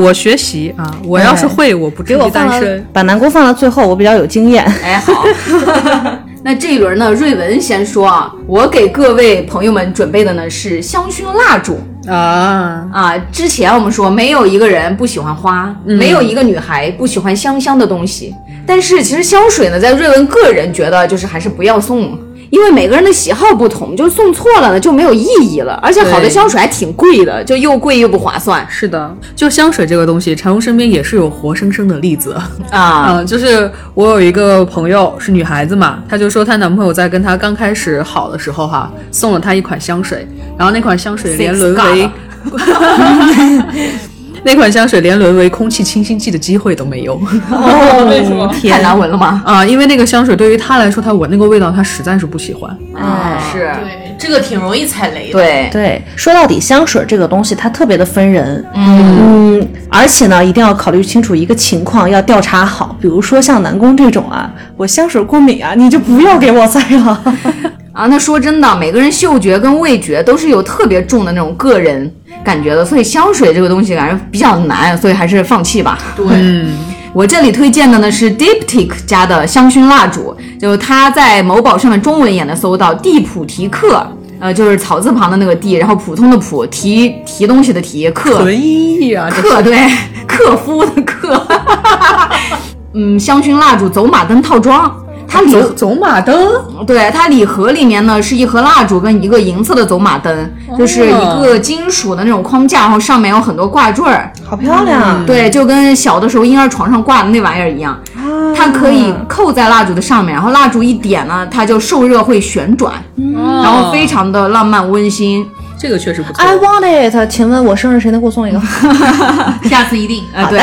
Speaker 4: 我学习啊，我要是会，我不
Speaker 2: 给
Speaker 4: 至
Speaker 2: 我
Speaker 4: 于
Speaker 2: 放到
Speaker 4: 单身。
Speaker 2: 把南宫放到最后，我比较有经验。
Speaker 3: 哎，好。那这一轮呢，瑞文先说啊，我给各位朋友们准备的呢是香薰蜡烛。
Speaker 4: 啊，
Speaker 3: 啊，之前我们说没有一个人不喜欢花，没有一个女孩不喜欢香香的东西。但是其实香水呢，在瑞文个人觉得就是还是不要送了，因为每个人的喜好不同，就是送错了呢就没有意义了。而且好的
Speaker 4: 对
Speaker 3: 香水还挺贵的，就又贵又不划算
Speaker 4: 是的，就香水这个东西，禅宗身边也是有活生生的例子。
Speaker 3: 啊。
Speaker 4: 嗯，就是我有一个朋友是女孩子嘛，她就说她男朋友在跟她刚开始好的时候哈、送了她一款香水，然后那款香水连沦
Speaker 3: Six
Speaker 4: 为
Speaker 3: Scott
Speaker 4: 那款香水连沦为空气清新剂的机会都没有
Speaker 6: 为什么？
Speaker 3: 太难闻了吗？
Speaker 4: 啊！因为那个香水对于他来说，他闻那个味道，他实在是不喜欢。
Speaker 3: 哎，是，
Speaker 7: 对，这个挺容易踩雷的。
Speaker 3: 对，
Speaker 2: 对，说到底，香水这个东西它特别的分人，嗯而且呢，一定要考虑清楚一个情况，要调查好。比如说像南宫这种啊，我香水过敏啊，你就不要给我塞了。
Speaker 3: 啊，那说真的，每个人嗅觉跟味觉都是有特别重的那种个人感觉的，所以香水这个东西感觉比较难，所以还是放弃吧。对，我这里推荐的呢是 Diptyque 家的香薰蜡烛，就它在某宝上面中文也能搜到地普提克。呃，就是草字旁的那个地，然后普通的普，提提东西的提，克
Speaker 4: 文艺啊，这
Speaker 3: 克对，克夫的克， 嗯，香薰蜡烛走马灯套装，它里
Speaker 4: 走走马灯，
Speaker 3: 对，它礼盒里面呢是一盒蜡烛跟一个银色的走马灯，就是一个金属的那种框架，然后上面有很多挂坠儿，
Speaker 2: 好漂亮，
Speaker 3: 对，就跟小的时候婴儿床上挂的那玩意儿一样，它可以扣在蜡烛的上面，然后蜡烛一点呢，它就受热会旋转，
Speaker 4: 哦
Speaker 3: 然后非常的浪漫温馨。
Speaker 4: 这个确实不错。
Speaker 2: I want it。请问我生日谁能给我送一个？
Speaker 9: 下次一定。
Speaker 3: 啊，对，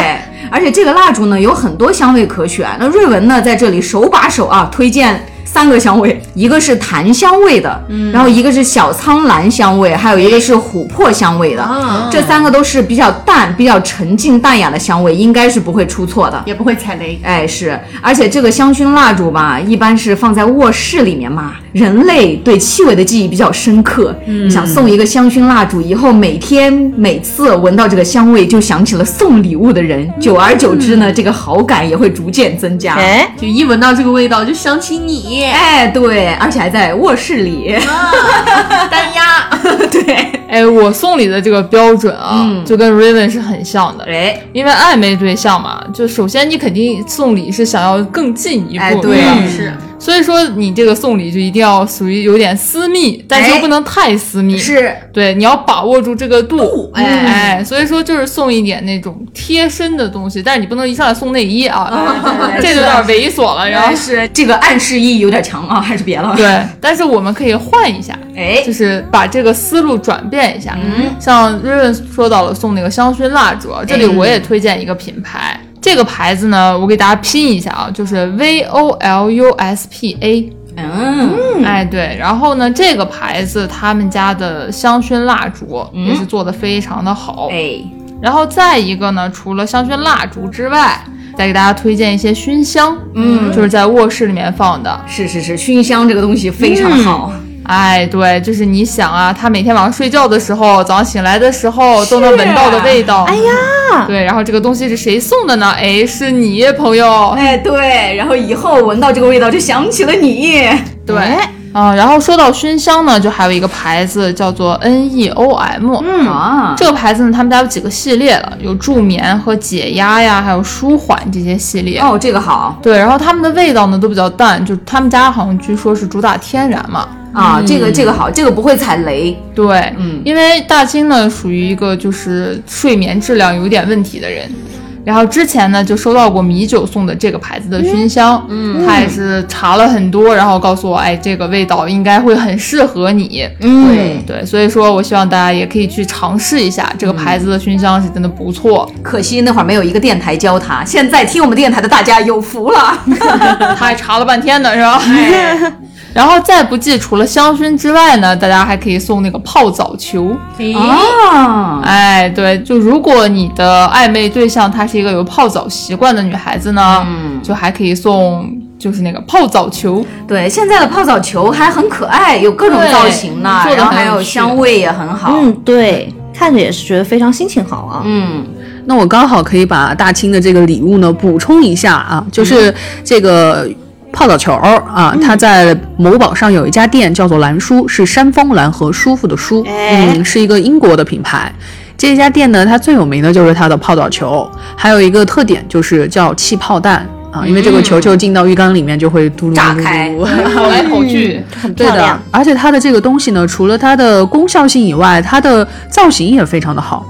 Speaker 3: 而且这个蜡烛呢有很多香味可选。那瑞文呢在这里手把手啊推荐三个香味，一个是檀香味的，然后一个是小苍兰香味，还有一个是琥珀香味的。这三个都是比较淡、比较沉静、淡雅的香味，应该是不会出错的。
Speaker 9: 也不会踩雷。
Speaker 3: 哎，是，而且这个香薰蜡烛吧，一般是放在卧室里面嘛。人类对气味的记忆比较深刻，想送一个香薰蜡烛，以后每天每次闻到这个香味，就想起了送礼物的人，久而久之呢，这个好感也会逐渐增加。
Speaker 2: 哎，
Speaker 9: 就一闻到这个味道就想起你，
Speaker 3: 哎，对，而且还在卧室里，
Speaker 9: 单压。
Speaker 3: 对，
Speaker 6: 哎，我送礼的这个标准啊，
Speaker 3: 嗯
Speaker 6: 就跟 Raven 是很像的。
Speaker 3: 哎，
Speaker 6: 因为暧昧对象嘛，就首先你肯定送礼是想要更进一步，
Speaker 3: 哎对
Speaker 6: 吧？
Speaker 3: 嗯
Speaker 9: 是，
Speaker 6: 所以说你这个送礼就一定要属于有点私密，但是又不能太私密，
Speaker 3: 哎是，
Speaker 6: 对，你要把握住这个度，
Speaker 9: 哎
Speaker 6: 哎，所以说就是送一点那种贴身的东西，但是你不能一上来送内衣啊，这就有点猥琐了，然后
Speaker 3: 但。哎是这个暗示意义有点强啊，还是别了。
Speaker 6: 对，但是我们可以换一下，
Speaker 3: 哎
Speaker 6: 就是把这个思路转变一下。嗯，像瑞瑞说到了送那个香薰蜡烛啊，这里
Speaker 3: 哎
Speaker 6: 我也推荐一个品牌，这个牌子呢，我给大家拼一下啊，就是 V O L U S P A。
Speaker 3: 嗯，
Speaker 6: 哎，对，然后呢，这个牌子他们家的香薰蜡烛也是做的非常的好。
Speaker 3: 嗯哎，
Speaker 6: 然后再一个呢，除了香薰蜡烛之外，再给大家推荐一些熏香，嗯，就是在卧室里面放的。
Speaker 3: 是是是，熏香这个东西非常好。
Speaker 6: 哎，对，就是你想啊，他每天晚上睡觉的时候，早上醒来的时候都能闻到的味道。哎呀，对，然后这个东西是谁送的呢？哎，是你朋友。
Speaker 3: 哎，对，然后以后闻到这个味道就想起了你。
Speaker 6: 对。啊，然后说到熏香呢，就还有一个牌子叫做 N E O M，嗯
Speaker 3: 啊，
Speaker 6: 这个牌子呢，他们家有几个系列了，有助眠和解压呀，还有舒缓这些系列。
Speaker 3: 哦，这个好
Speaker 6: 对，然后他们的味道呢都比较淡，就他们家好像据说是主打天然嘛。
Speaker 3: 啊，这个这个好，这个不会踩雷。
Speaker 6: 对，
Speaker 3: 嗯
Speaker 6: 因为大清呢属于一个就是睡眠质量有点问题的人，然后之前呢就收到过米酒送的这个牌子的熏香，嗯，他也是查了很多，然后告诉我，哎，这个味道应该会很适合你，
Speaker 3: 嗯
Speaker 6: 对对，所以说我希望大家也可以去尝试一下这个牌子的熏香是真的不错，
Speaker 3: 可惜那会儿没有一个电台教他，现在听我们电台的大家有福了。
Speaker 6: 他还查了半天呢，是吧？然后再不济，除了香薰之外呢，大家还可以送那个泡澡球。
Speaker 3: 啊，
Speaker 6: 哎，对，就如果你的暧昧对象她是一个有泡澡习惯的女孩子呢，
Speaker 3: 嗯
Speaker 6: 就还可以送就是那个泡澡球，
Speaker 3: 对，现在的泡澡球还很可爱，有各种
Speaker 6: 对
Speaker 3: 造型呢，
Speaker 6: 做得
Speaker 3: 然后
Speaker 6: 很
Speaker 3: 还
Speaker 6: 有
Speaker 3: 有
Speaker 6: 趣
Speaker 3: 香味也很 好。
Speaker 2: 嗯，对，看着也是觉得非常心情好啊。
Speaker 3: 嗯，
Speaker 4: 那我刚好可以把大清的这个礼物呢补充一下啊，就是这个。泡澡球儿啊，它在某宝上有一家店叫做蓝舒，是山峰蓝和舒服的舒，嗯，是一个英国的品牌。这家店呢，它最有名的就是它的泡澡球，还有一个特点就是叫气泡弹啊，因为这个球球进到浴缸里面就会嘟噜噜噜噜
Speaker 3: 炸开
Speaker 6: 跑来跑去。
Speaker 4: 对的，而且它的这个东西呢，除了它的功效性以外，它的造型也非常的好。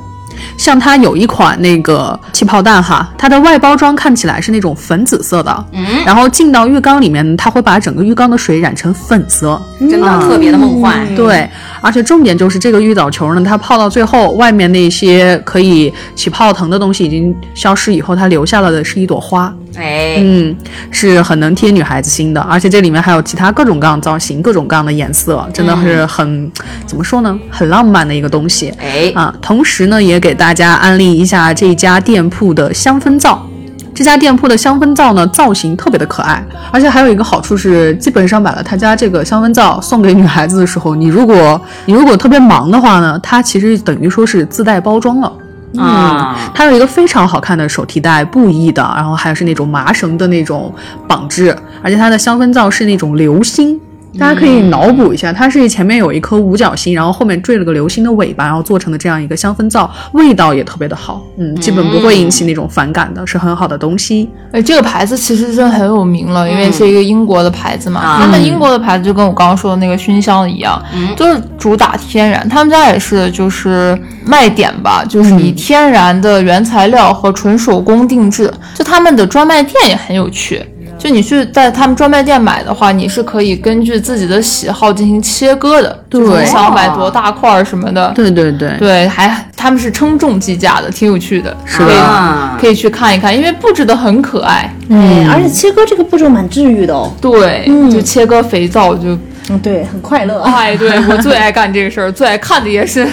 Speaker 4: 像它有一款那个气泡弹哈，它的外包装看起来是那种粉紫色的，嗯，然后进到浴缸里面，它会把整个浴缸的水染成粉色，
Speaker 3: 真的特别的梦幻。
Speaker 4: 对，而且重点就是这个玉藻球呢，它泡到最后，外面那些可以起泡腾的东西已经消失以后，它留下了的是一朵花。
Speaker 3: 哎，
Speaker 4: 嗯，是很能贴女孩子心的，而且这里面还有其他各种各样的造型、各种各样的颜色，真的是很、怎么说呢，很浪漫的一个东西。
Speaker 3: 哎
Speaker 4: 啊，同时呢，也给大家安利一下这家店铺的香氛皂。这家店铺的香氛皂呢，造型特别的可爱，而且还有一个好处是，基本上买了他家这个香氛皂送给女孩子的时候，你如果你如果特别忙的话呢，它其实等于说是自带包装了。
Speaker 7: 嗯
Speaker 3: 啊，
Speaker 4: 它有一个非常好看的手提袋，布艺的，然后还是那种麻绳的那种绑制，而且它的香氛皂是那种流星。大家可以脑补一下，它是前面有一颗五角星，然后后面缀了个流星的尾巴，然后做成的这样一个香氛皂，味道也特别的好，嗯，基本不会引起那种反感的，是很好的东西。
Speaker 6: 哎，这个牌子其实真的很有名了，因为是一个英国的牌子嘛。
Speaker 3: 啊
Speaker 6: 他们英国的牌子就跟我刚刚说的那个熏香一样，就是主打天然。他们家也是，就是卖点吧，就是以天然的原材料和纯手工定制。就他们的专卖店也很有趣。就你去在他们专卖店买的话，你是可以根据自己的喜好进行切割的，就是你想要买多大块儿什么的，
Speaker 4: 对对对，
Speaker 6: 对，还他们是称重计价的，挺有趣的，是
Speaker 4: 的
Speaker 3: 啊
Speaker 6: 可以去看一看，因为布置的很可爱。
Speaker 8: 哎，而且切割这个步骤蛮治愈的哦。
Speaker 6: 对，就切割肥皂就，
Speaker 8: 嗯，对，很快乐啊。
Speaker 6: 嗯 哎，对我最爱干这个事儿，最爱看的也是，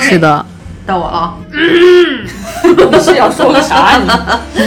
Speaker 4: 是的，
Speaker 7: 到我啊了。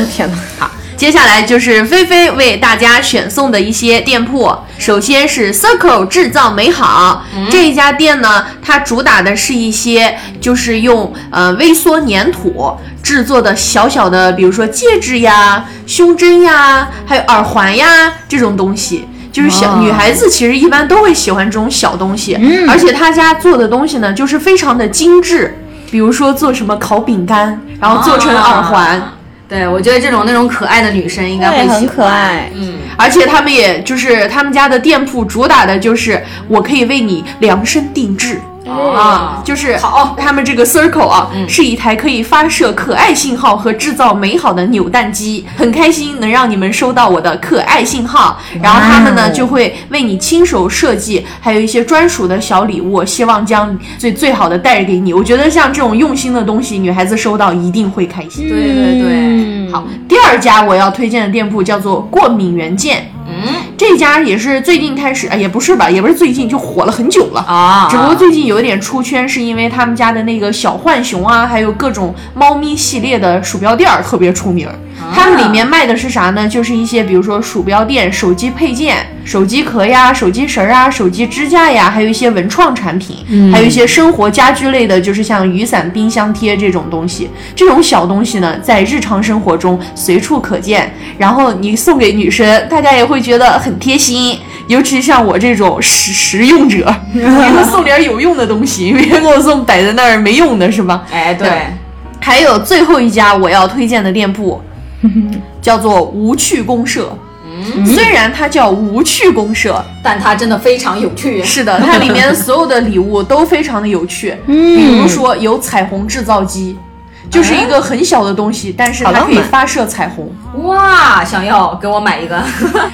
Speaker 8: 天哪，
Speaker 7: 接下来就是菲菲为大家选送的一些店铺，首先是 Circle 制造美好、这一家店呢，它主打的是一些就是用呃微缩粘土制作的小小的，比如说戒指呀、胸针呀，还有耳环呀这种东西。就是小女孩子其实一般都会喜欢这种小东西，而且他家做的东西呢，就是非常的精致，比如说做什么烤饼干，然后做成耳环，
Speaker 3: 对，我觉得这种那种可爱的女生应该会
Speaker 8: 对，
Speaker 3: 喜欢
Speaker 8: 很
Speaker 3: 嗯
Speaker 8: 可。爱。
Speaker 7: 而且他们也就是他们家的店铺主打的就是我可以为你量身定制。
Speaker 3: 哦
Speaker 7: 啊，就是好，他们这个 Circle 啊，
Speaker 3: 嗯
Speaker 7: 是一台可以发射可爱信号和制造美好的扭蛋机，很开心能让你们收到我的可爱信号。
Speaker 3: 哦
Speaker 7: 然后他们呢就会为你亲手设计，还有一些专属的小礼物，希望将最最好的带给你。我觉得像这种用心的东西，女孩子收到一定会开
Speaker 3: 嗯
Speaker 7: 心。
Speaker 3: 对对对，
Speaker 7: 好，第二家我要推荐的店铺叫做过敏原件。嗯，这家也是最近开始，啊，也不是吧，也不是最近，就火了很久了
Speaker 3: 啊
Speaker 7: 只不过最近有一点出圈，是因为他们家的那个小浣熊啊，还有各种猫咪系列的鼠标垫儿特别出名儿。他们里面卖的是啥呢？就是一些比如说鼠标垫、手机配件、手机壳呀、手机绳儿啊、手机支架呀，还有一些文创产品，还有一些生活家居类的，就是像雨伞、冰箱贴这种东西。这种小东西呢，在日常生活中随处可见，然后你送给女生，大家也会觉得很贴心。尤其像我这种实实用者，给她送点有用的东西，别给我送摆在那儿没用的，是吧？
Speaker 3: 哎对，
Speaker 7: 还有最后一家我要推荐的店铺， 叫做无趣公社。虽然它叫无趣公社，
Speaker 3: 但它真的非常有趣。
Speaker 7: 是的，它里面所有的礼物都非常的有 趣。比如说有彩虹制造机，就是一个很小的东西，但是它可以发射彩虹。
Speaker 3: 哇，想要给我买一个，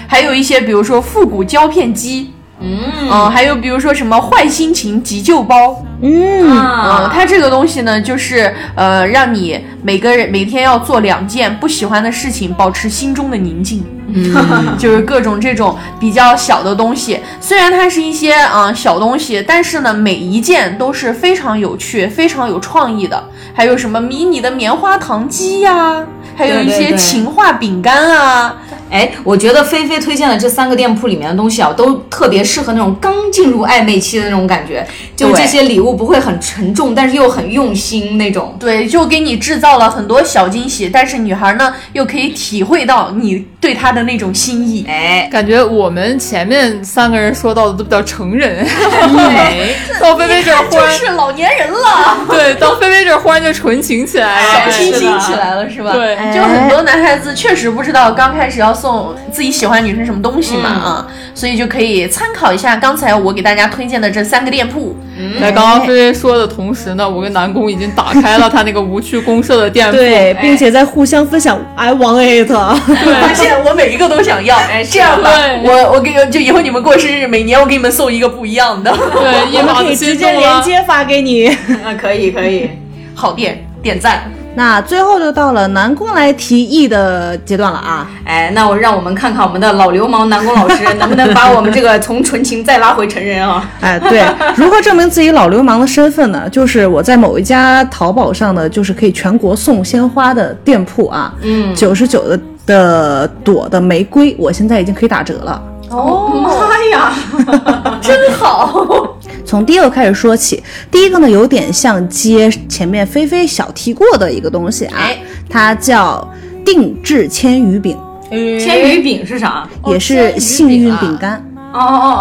Speaker 7: 还有一些比如说复古胶片机，嗯、还有比如说什么坏心情急救包，嗯，
Speaker 3: 啊，
Speaker 7: 它这个东西呢，就是呃，让你每个人每天要做两件不喜欢的事情，保持心中的宁静。
Speaker 3: 嗯
Speaker 7: 就是各种这种比较小的东西，虽然它是一些嗯、呃小东西，但是呢，每一件都是非常有趣、非常有创意的。还有什么迷你的棉花糖机呀、还有一
Speaker 3: 对对
Speaker 7: 些
Speaker 3: 对
Speaker 7: 情话饼干啊，
Speaker 3: 哎，我觉得菲菲推荐的这三个店铺里面的东西啊，都特别适合那种刚进入暧昧期的那种感觉，就
Speaker 7: 对
Speaker 3: 这些礼物不会很沉重，但是又很用心那种。
Speaker 7: 对，就给你制造了很多小惊喜，但是女孩呢又可以体会到你对她的那种心意。
Speaker 3: 哎，
Speaker 6: 感觉我们前面三个人说到的都比较成人， 到菲菲这儿忽
Speaker 7: 就
Speaker 6: 然
Speaker 7: 是老年人了，
Speaker 6: 对，到菲菲这儿忽然就纯情起来了，哎
Speaker 7: 小清新起来了是吧？哎
Speaker 6: 对
Speaker 7: 就很多男孩子确实不知道刚开始要送自己喜欢女生什么东西嘛啊，所以就可以参考一下刚才我给大家推荐的这三个店铺。
Speaker 6: 在刚刚菲菲说的同时呢，我跟南宫已经打开了他那个无趣公社的店铺，
Speaker 2: 对，并且在互相分享 I want it，
Speaker 7: 发现我每一个都想要，这样吧，我我给就以后你们过生日，每年我给你们送一个不一样的。
Speaker 6: 对，一
Speaker 2: 我们
Speaker 6: 把
Speaker 2: 可
Speaker 6: 子
Speaker 2: 以直
Speaker 6: 心
Speaker 2: 接
Speaker 6: 动
Speaker 2: 连
Speaker 6: 了。
Speaker 2: 接发给你。
Speaker 7: 啊，可以可以，好店点赞。
Speaker 2: 那最后就到了南宫来提议的阶段了啊！
Speaker 3: 哎，那我让我们看看我们的老流氓南宫老师能不能把我们这个从纯情再拉回成人啊？
Speaker 2: 哎，对，如何证明自己老流氓的身份呢？就是我在某一家淘宝上的，就是可以全国送鲜花的店铺啊，嗯，九十九的的朵的玫瑰，我现在已经可以打折了。
Speaker 3: 哦妈呀，
Speaker 2: 从第一个开始说起，第一个呢有点像接前面菲菲小提过的一个东西
Speaker 3: 哎
Speaker 2: 啊，它叫定制千羽饼，哎
Speaker 3: 千羽饼是啥？
Speaker 2: 也是幸运饼干。
Speaker 3: 哦哦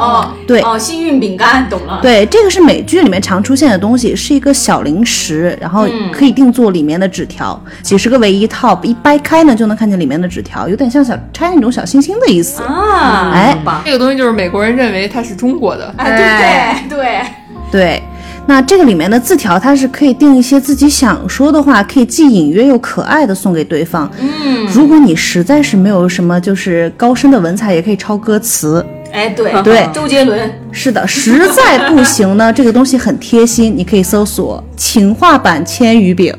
Speaker 3: 哦，
Speaker 2: 对
Speaker 3: 哦，幸运饼干，懂了。
Speaker 2: 对，这个是美剧里面常出现的东西，是一个小零食，然后可以定做里面的纸条，几十个为一套，一掰开呢就能看见里面的纸条，有点像小拆那种小星星的意思。
Speaker 3: 啊，
Speaker 2: 哎，
Speaker 6: 这个东西就是美国人认为它是中国的，
Speaker 3: 哎，对对对，
Speaker 2: 对，那这个里面的字条，它是可以定一些自己想说的话，可以既隐约又可爱的送给对方。嗯，如果你实在是没有什么就是高深的文采，也可以抄歌词。
Speaker 3: 哎对
Speaker 2: 对
Speaker 3: 周杰伦，
Speaker 2: 是的，实在不行呢，这个东西很贴心，你可以搜索“情话版千羽饼”。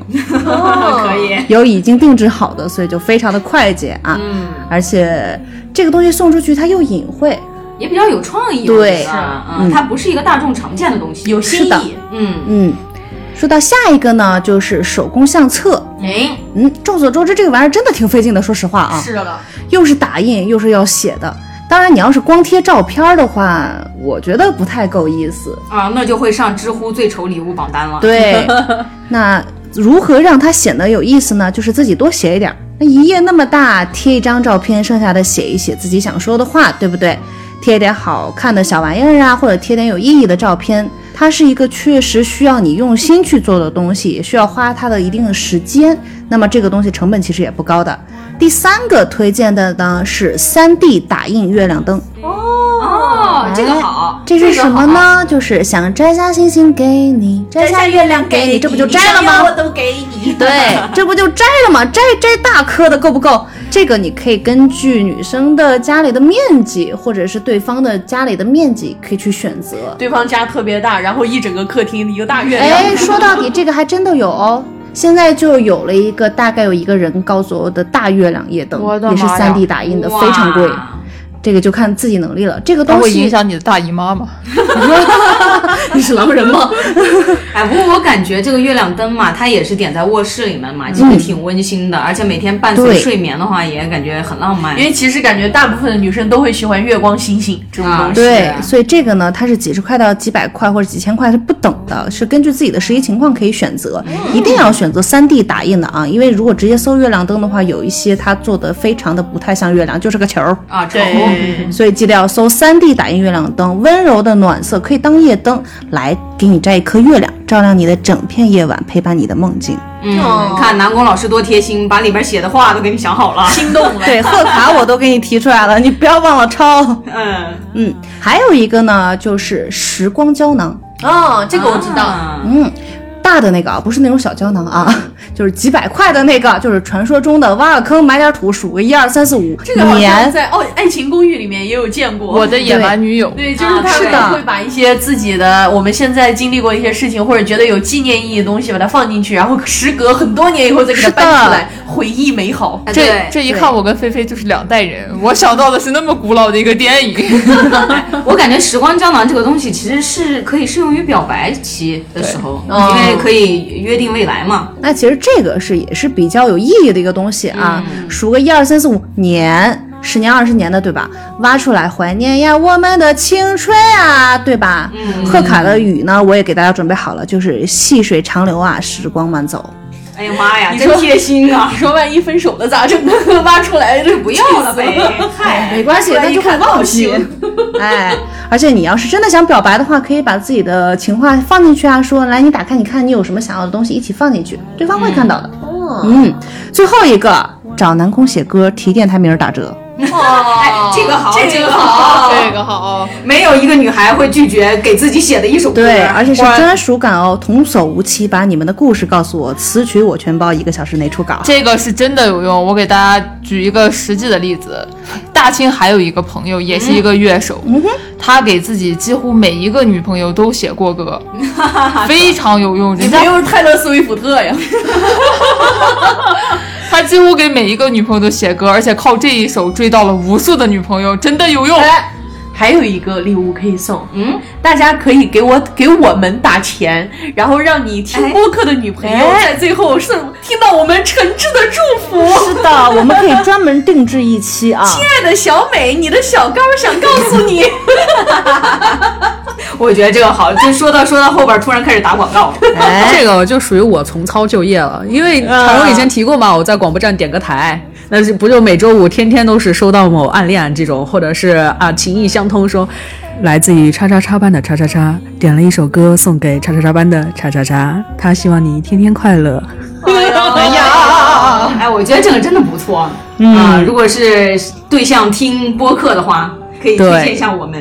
Speaker 3: 哦可以。
Speaker 2: 有已经定制好的，所以就非常的快捷啊。嗯，而且这个东西送出去，它又隐晦。
Speaker 3: 也比较有创意，我
Speaker 2: 对
Speaker 3: 觉得啊
Speaker 2: 嗯
Speaker 3: 嗯，它不是一个大众常见的东西，有
Speaker 2: 新意。
Speaker 3: 嗯，
Speaker 2: 嗯，说到下一个呢，就是手工相册。
Speaker 3: 哎，
Speaker 2: 嗯，众所周知，这个玩意儿真的挺费劲的，说实话啊，
Speaker 3: 是的，
Speaker 2: 又是打印又是要写的。当然，你要是光贴照片儿的话，我觉得不太够意思。
Speaker 3: 啊，那就会上知乎最丑礼物榜单了。
Speaker 2: 对，那如何让它显得有意思呢？就是自己多写一点儿。那一页那么大，贴一张照片，剩下的写一写自己想说的话，对不对？贴一点好看的小玩意儿啊，或者贴点有意义的照片。它是一个确实需要你用心去做的东西，也需要花它的一定的时间。那么这个东西成本其实也不高的。第三个推荐的呢是 3D 打印月亮灯。
Speaker 3: 哦，这个好，
Speaker 2: 哎这是什么呢？就是想摘下星星给你，摘下月亮给你，这不就摘了吗？我都给你。 对，这不就摘了吗？摘摘大颗的够不够？这个你可以根据女生的家里的面积，或者是对方的家里的面积，可以去选择。
Speaker 7: 对方家特别大，然后一整个客厅一个大月亮。
Speaker 2: 哎，说到底，这个还真的有哦。现在就有了一个大概有一个人高左右的大月亮夜灯
Speaker 6: 我，的
Speaker 2: 也是
Speaker 6: 妈呀
Speaker 2: 3D 打印的，
Speaker 3: 哇
Speaker 2: 非常贵。这个就看自己能力了。这个
Speaker 6: 它
Speaker 2: 东
Speaker 6: 会
Speaker 2: 西
Speaker 6: 影响你的大姨妈吗？
Speaker 2: 你是狼人吗？
Speaker 3: 哎，不过我感觉这个月亮灯嘛，它也是点在卧室里面嘛，其实挺温馨的，而且每天伴随
Speaker 2: 对
Speaker 3: 睡眠的话，也感觉很浪漫
Speaker 7: 因。为其实感觉大部分的女生都会喜欢月光星星这种东西。
Speaker 2: 对
Speaker 3: 是，啊
Speaker 2: 所以这个呢，它是几十块到几百块或者几千块是不等的，是根据自己的实际情况可以选择，
Speaker 3: 嗯
Speaker 2: 一定要选择 3D 打印的啊，因为如果直接搜月亮灯的话，有一些它做的非常的不太像月亮，就是个球儿，
Speaker 3: 啊，丑，
Speaker 7: 对，
Speaker 2: 所以记得要搜 3D 打印月亮灯，温柔的暖色可以当夜灯，来给你摘一颗月亮，照亮你的整片夜晚，陪伴你的梦境。
Speaker 3: 嗯，看南宫老师多贴心，把里边写的话都给你想好了。
Speaker 7: 心动了。
Speaker 2: 对，贺卡我都给你提出来了，你不要忘了抄。
Speaker 3: 嗯，
Speaker 2: 嗯，还有一个呢，就是时光胶囊。
Speaker 7: 哦，这个我知道。
Speaker 3: 啊
Speaker 2: 嗯，大的那个啊，不是那种小胶囊啊， 就是几百块的那个，就是传说中的挖个坑埋点土，数个一二三四五，
Speaker 7: 这个好像
Speaker 2: 年。
Speaker 7: 在《哦爱情公寓》里面也有见过。
Speaker 6: 我的野蛮女友，
Speaker 7: 对，就是他
Speaker 2: 啊是的
Speaker 7: 们会把一些自己的我们现在经历过一些事情，或者觉得有纪念意义的东西，把它放进去，然后时隔很多年以后再给它
Speaker 2: 是的啊
Speaker 7: 搬出来，回忆美好。
Speaker 3: 哎
Speaker 6: 这
Speaker 3: 对，
Speaker 6: 这一看我跟菲菲就是两代人，我想到的是那么古老的一个电影，
Speaker 3: 我感觉时光胶囊这个东西其实是可以适用于表白期的时候，因为可以约定未来嘛。
Speaker 2: 那其实这个是也是比较有意义的一个东西啊，
Speaker 7: 嗯
Speaker 2: 数个一二三四五年。十年二十年的，对吧？挖出来怀念呀，我们的青春啊，对吧？嗯、贺卡的雨呢，我也给大家准备好了，就是细水长流啊，时光慢走。
Speaker 3: 哎呀妈呀，真贴心啊！
Speaker 7: 你说万一分手了咋整？挖出来这
Speaker 3: 不要了呗，嗨，
Speaker 2: 没关系，那就会忘记。 哎，而且你要是真的想表白的话，可以把自己的情话放进去啊，说来你打开，你看你有什么想要的东西，一起放进去，对嗯哦方会看到的。嗯，最后一个找南宫写歌，提电台名儿打折。
Speaker 3: 哎，这个好，这个好，
Speaker 6: 这个好，
Speaker 3: 没有一个女孩会拒绝给自己写的一首歌，
Speaker 2: 对，啊而且是
Speaker 3: 哇
Speaker 2: 专属感哦，童叟无欺，把你们的故事告诉我，词曲我全包，一个小时内出稿。
Speaker 6: 这个是真的有用。我给大家举一个实际的例子，大清还有一个朋友也是一个乐手，他给自己几乎每一个女朋友都写过歌，非常有用。人家
Speaker 5: 又是泰勒·斯威夫特 呀？
Speaker 6: 他几乎给每一个女朋友都写歌，而且靠这一首追到了无数的女朋友，真的有用。
Speaker 2: 哎
Speaker 5: 还有一个礼物可以送，嗯，大家可以给我给我们打钱，然后让你听播客的女朋友
Speaker 2: 哎
Speaker 5: 在最后是听到我们诚挚的祝福。
Speaker 2: 是 的，我们可以专门定制一期啊。
Speaker 5: 亲爱的小美，你的小高想告诉 你，
Speaker 3: 我觉得这个好，就说到说到后边，突然开始打广 告了。
Speaker 4: 哎这个就属于我重操旧业了，因为常荣以前提过
Speaker 3: 啊
Speaker 4: 嘛，我在广播站点歌台，那是不就每周五天天都是收到某暗恋这种，或者是啊情意相通说。来自于叉叉叉班的叉叉叉点了一首歌送给叉叉叉班的叉叉叉，他希望你天天快乐。
Speaker 3: 哎 呀，哎，我觉得这个真的不错。嗯、如果是对象听播客的话，可以推荐一下我们。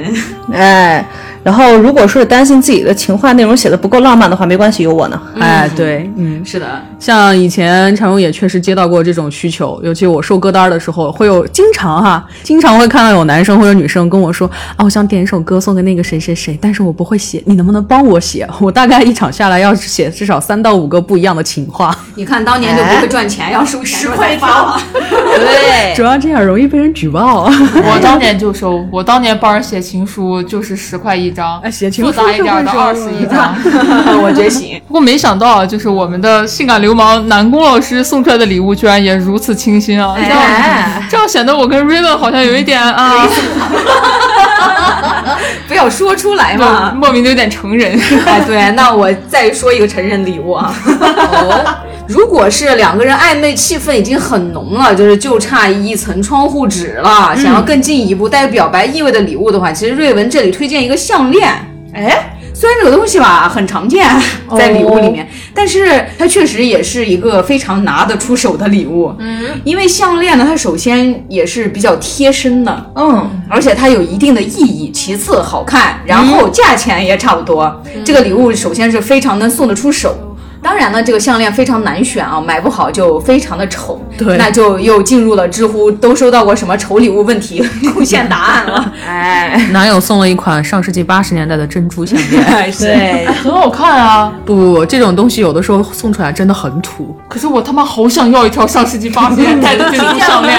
Speaker 2: 哎，然后如果说担心自己的情话内容写的不够浪漫的话，没关系，有我呢。
Speaker 4: 哎，对，嗯，
Speaker 3: 是的，
Speaker 4: 像以前常荣也确实接到过这种需求，尤其我收歌单的时候，会有经常哈，经常会看到有男生或者女生跟我说啊，我想点一首歌送给那个谁谁谁，但是我不会写，你能不能帮我写？我大概一场下来要写至少三到五个不一样的情话，
Speaker 3: 你看当年就不会赚钱，要收哎十块发了。
Speaker 8: 对，
Speaker 4: 主要这样容易被人举报。
Speaker 6: 我当年就收，我当年帮人写情书就是十块一张，
Speaker 4: 哎写情书
Speaker 6: 复杂一点的
Speaker 4: 是会
Speaker 6: 二
Speaker 4: 收
Speaker 6: 十
Speaker 4: 的
Speaker 6: 一张。
Speaker 3: 我觉得行，
Speaker 6: 不过没想到，啊就是我们的性感流氓南宫老师送出来的礼物，居然也如此清新啊！这
Speaker 4: 哎
Speaker 6: 样这样显得我跟 Raven 好像有一点啊，
Speaker 3: 不要说出来
Speaker 6: 莫
Speaker 3: 嘛。
Speaker 6: 莫名的有点成人。
Speaker 3: 哎，对，那我再说一个成人礼物啊。如果是两个人暧昧气氛已经很浓了，就是就差一层窗户纸了，想要更进一步带有表白意味的礼物的话，其实瑞文这里推荐一个项链。哎，虽然这个东西吧很常见，在礼物里面，但是它确实也是一个非常拿得出手的礼物。嗯，因为项链呢，它首先也是比较贴身的，
Speaker 2: 嗯，
Speaker 3: 而且它有一定的意义，其次好看，然后价钱也差不多。这个礼物首先是非常能送得出手。当然呢，这个项链非常难选啊，买不好就非常的丑。
Speaker 4: 对
Speaker 3: 那就又进入了知乎都收到过什么丑礼物问题出现答案了。哎，
Speaker 4: 男友送了一款上世纪八十年代的珍珠项 链，
Speaker 3: 对，
Speaker 6: 很好看啊，
Speaker 4: 不不不，这种东西有的时候送出来真的很土。
Speaker 6: 可是我他妈好想要一条上世纪八十年代的珍 珠项链。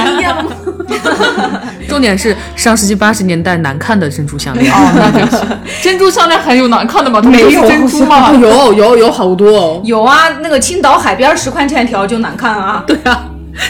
Speaker 4: 重点是上世纪八十年代难看的珍珠项 链，
Speaker 6: 哦，那对不起，珍珠项链还有难看的吗？它不就是珍珠 吗？
Speaker 4: 有有有好多 哦。
Speaker 3: 有啊，那个青岛海边十块钱一条就难看啊。对，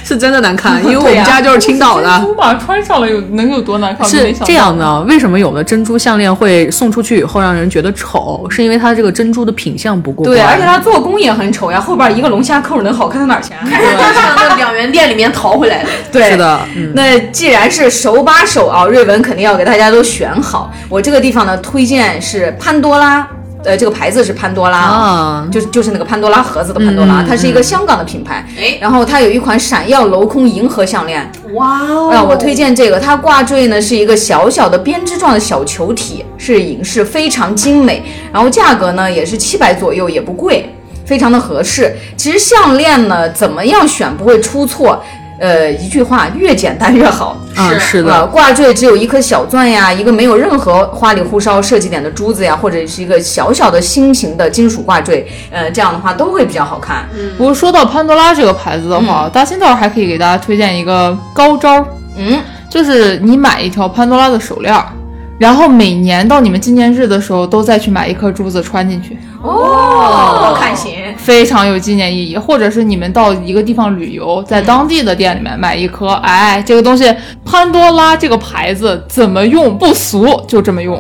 Speaker 4: 是真的难看，因为我
Speaker 3: 对呀
Speaker 4: 们家就是青岛
Speaker 6: 珍
Speaker 4: 的。
Speaker 6: 珠吧，穿上了有能有多难看？
Speaker 4: 是
Speaker 6: 没想到
Speaker 4: 这样的，为什么有的珍珠项链会送出去以后让人觉得丑？是因为它这个珍珠的品相不过关。
Speaker 3: 而且它做工也很丑呀，后边一个龙虾扣能好看到哪儿去啊？
Speaker 5: 上那两元店里面淘回来的。
Speaker 3: 对
Speaker 4: 是的，嗯，
Speaker 3: 那既然是手把手啊，瑞文肯定要给大家都选好。我这个地方呢，推荐是潘多拉，呃，这个牌子是潘多拉
Speaker 4: 啊
Speaker 3: 就是就是那个潘多拉盒子的潘多拉，
Speaker 4: 嗯哎
Speaker 3: 它是一个香港的品牌。然后它有一款闪耀镂空银河项链，
Speaker 5: 哇哦
Speaker 3: 啊，我推荐这个，它挂坠呢是一个小小的编织状的小球体，是银饰，非常精美。然后价格呢也是七百左右，也不贵，非常的合适。其实项链呢，怎么样选不会出错？呃，一句话，越简单越好。
Speaker 4: 啊是
Speaker 3: 呃，
Speaker 4: 的，
Speaker 3: 挂坠只有一颗小钻呀，一个没有任何花里胡哨设计点的珠子呀，或者是一个小小的心形的金属挂坠，呃，这样的话都会比较好看。
Speaker 4: 嗯
Speaker 6: 不过说到潘多拉这个牌子的话，大新倒是还可以给大家推荐一个高招儿，
Speaker 3: 嗯，
Speaker 6: 就是你买一条潘多拉的手链儿，然后每年到你们纪念日的时候都再去买一颗珠子穿进去，
Speaker 3: 哦，看型。
Speaker 6: 非常有纪念意义。或者是你们到一个地方旅游，在当地的店里面买一颗，哎，这个东西潘多拉这个牌子怎么用不俗，就这么用。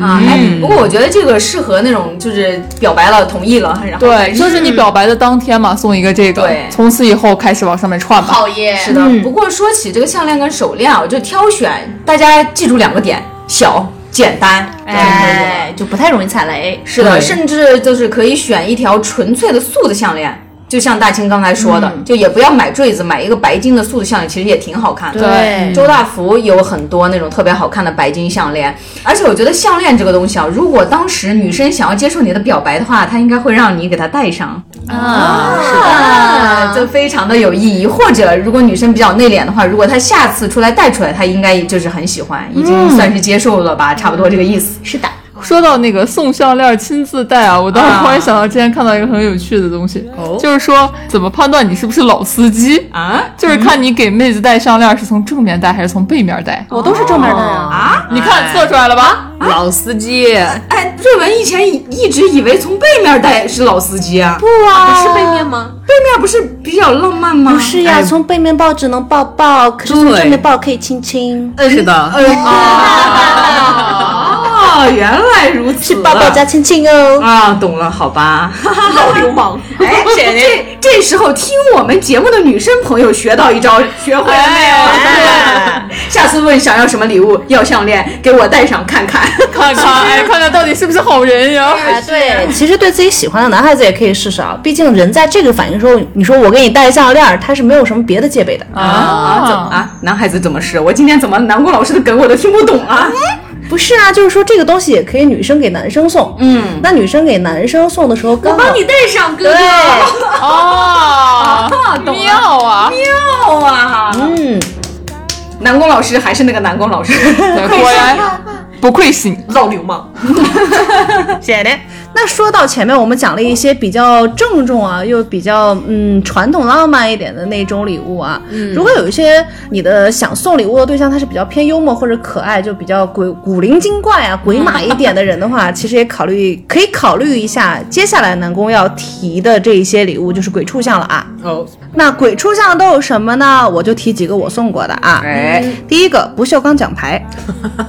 Speaker 3: 啊，哎，不过我觉得这个适合那种就是表白了，同意了，然 后
Speaker 6: 对，就是你表白的当天嘛，送一个这个
Speaker 3: 嗯对，
Speaker 6: 从此以后开始往上面串吧。
Speaker 9: 讨厌，
Speaker 3: 是的。不过说起这个项链跟手链啊，我就挑选大家记住两个点：小、简单。
Speaker 9: 哎，就不太容易踩雷。
Speaker 3: 是的，
Speaker 4: 对
Speaker 3: 甚至就是可以选一条纯粹的素的项链。就像大清刚才说的，就也不要买坠子，买一个白金的塑子项链，其实也挺好看的。
Speaker 6: 对
Speaker 3: 周大福有很多那种特别好看的白金项链，而且我觉得项链这个东西啊，如果当时女生想要接受你的表白的话，她应该会让你给她戴上啊，是吧？就非常的有意义。或者如果女生比较内敛的话，如果她下次出来戴出来，她应该就是很喜欢，已经算是接受了吧，差不多这个意思。
Speaker 2: 嗯是的，
Speaker 6: 说到那个送项链亲自戴啊，我当时突然想到之前看到一个很有趣的东西，
Speaker 3: 哦
Speaker 6: 就是说怎么判断你是不是老司机啊？就是看你给妹子戴项链是从正面戴还是从背面戴。
Speaker 3: 嗯
Speaker 2: 我都是正面的啊。
Speaker 6: 你看测出来了吧？
Speaker 4: 老司机，
Speaker 3: 哎，瑞文以前一一直以为从背面戴是老司机啊，
Speaker 2: 不啊，
Speaker 7: 是背面吗？
Speaker 3: 背面不是比较浪漫吗？哎
Speaker 2: 不是呀，从背面抱只能抱抱，可是从正面抱可以亲亲。
Speaker 4: 是的，
Speaker 3: 哎哦，原来如此，
Speaker 2: 抱抱加亲亲哦。
Speaker 3: 啊，懂了，好吧，老流氓。哎， 这这时候听我们节目的女生朋友学到一招，学会了没有？哎下次问想要什么礼物，要项链，给我戴上看 看。
Speaker 6: 看看，哎，看看到底是不是好人呀？
Speaker 2: 哎，
Speaker 3: 啊
Speaker 2: 对，其实对自己喜欢的男孩子也可以试试啊，毕竟人在这个反应时候，你说我给你戴项链，他是没有什么别的戒备的。
Speaker 3: 啊，怎么啊？男孩子怎么是？我今天怎么南宫老师的梗我都听不懂啊？
Speaker 2: 不是啊，就是说这个东西也可以女生给男生送，嗯，那女生给男生送的时候刚好
Speaker 3: 帮你戴上，哥
Speaker 2: 对，
Speaker 6: 哦，妙啊！
Speaker 3: 妙啊！
Speaker 2: 嗯，
Speaker 3: 南宫老师还是那个南宫老师。
Speaker 6: 对哎果然不愧是你。
Speaker 7: 老流氓，
Speaker 2: 谢谢。那说到前面，我们讲了一些比较郑重啊，又比较嗯传统浪漫一点的那种礼物啊。
Speaker 6: 嗯
Speaker 2: 如果有一些你的想送礼物的对象，他是比较偏幽默或者可爱，就比较鬼古灵精怪啊、鬼马一点的人的话， 其实也考虑可以考虑一下接下来南宫要提的这一些礼物，就是鬼畜项了啊。
Speaker 3: 哦，
Speaker 2: 那鬼畜项都有什么呢？我就提几个我送过的啊。
Speaker 3: 哎，
Speaker 2: 第一个不锈钢奖 牌，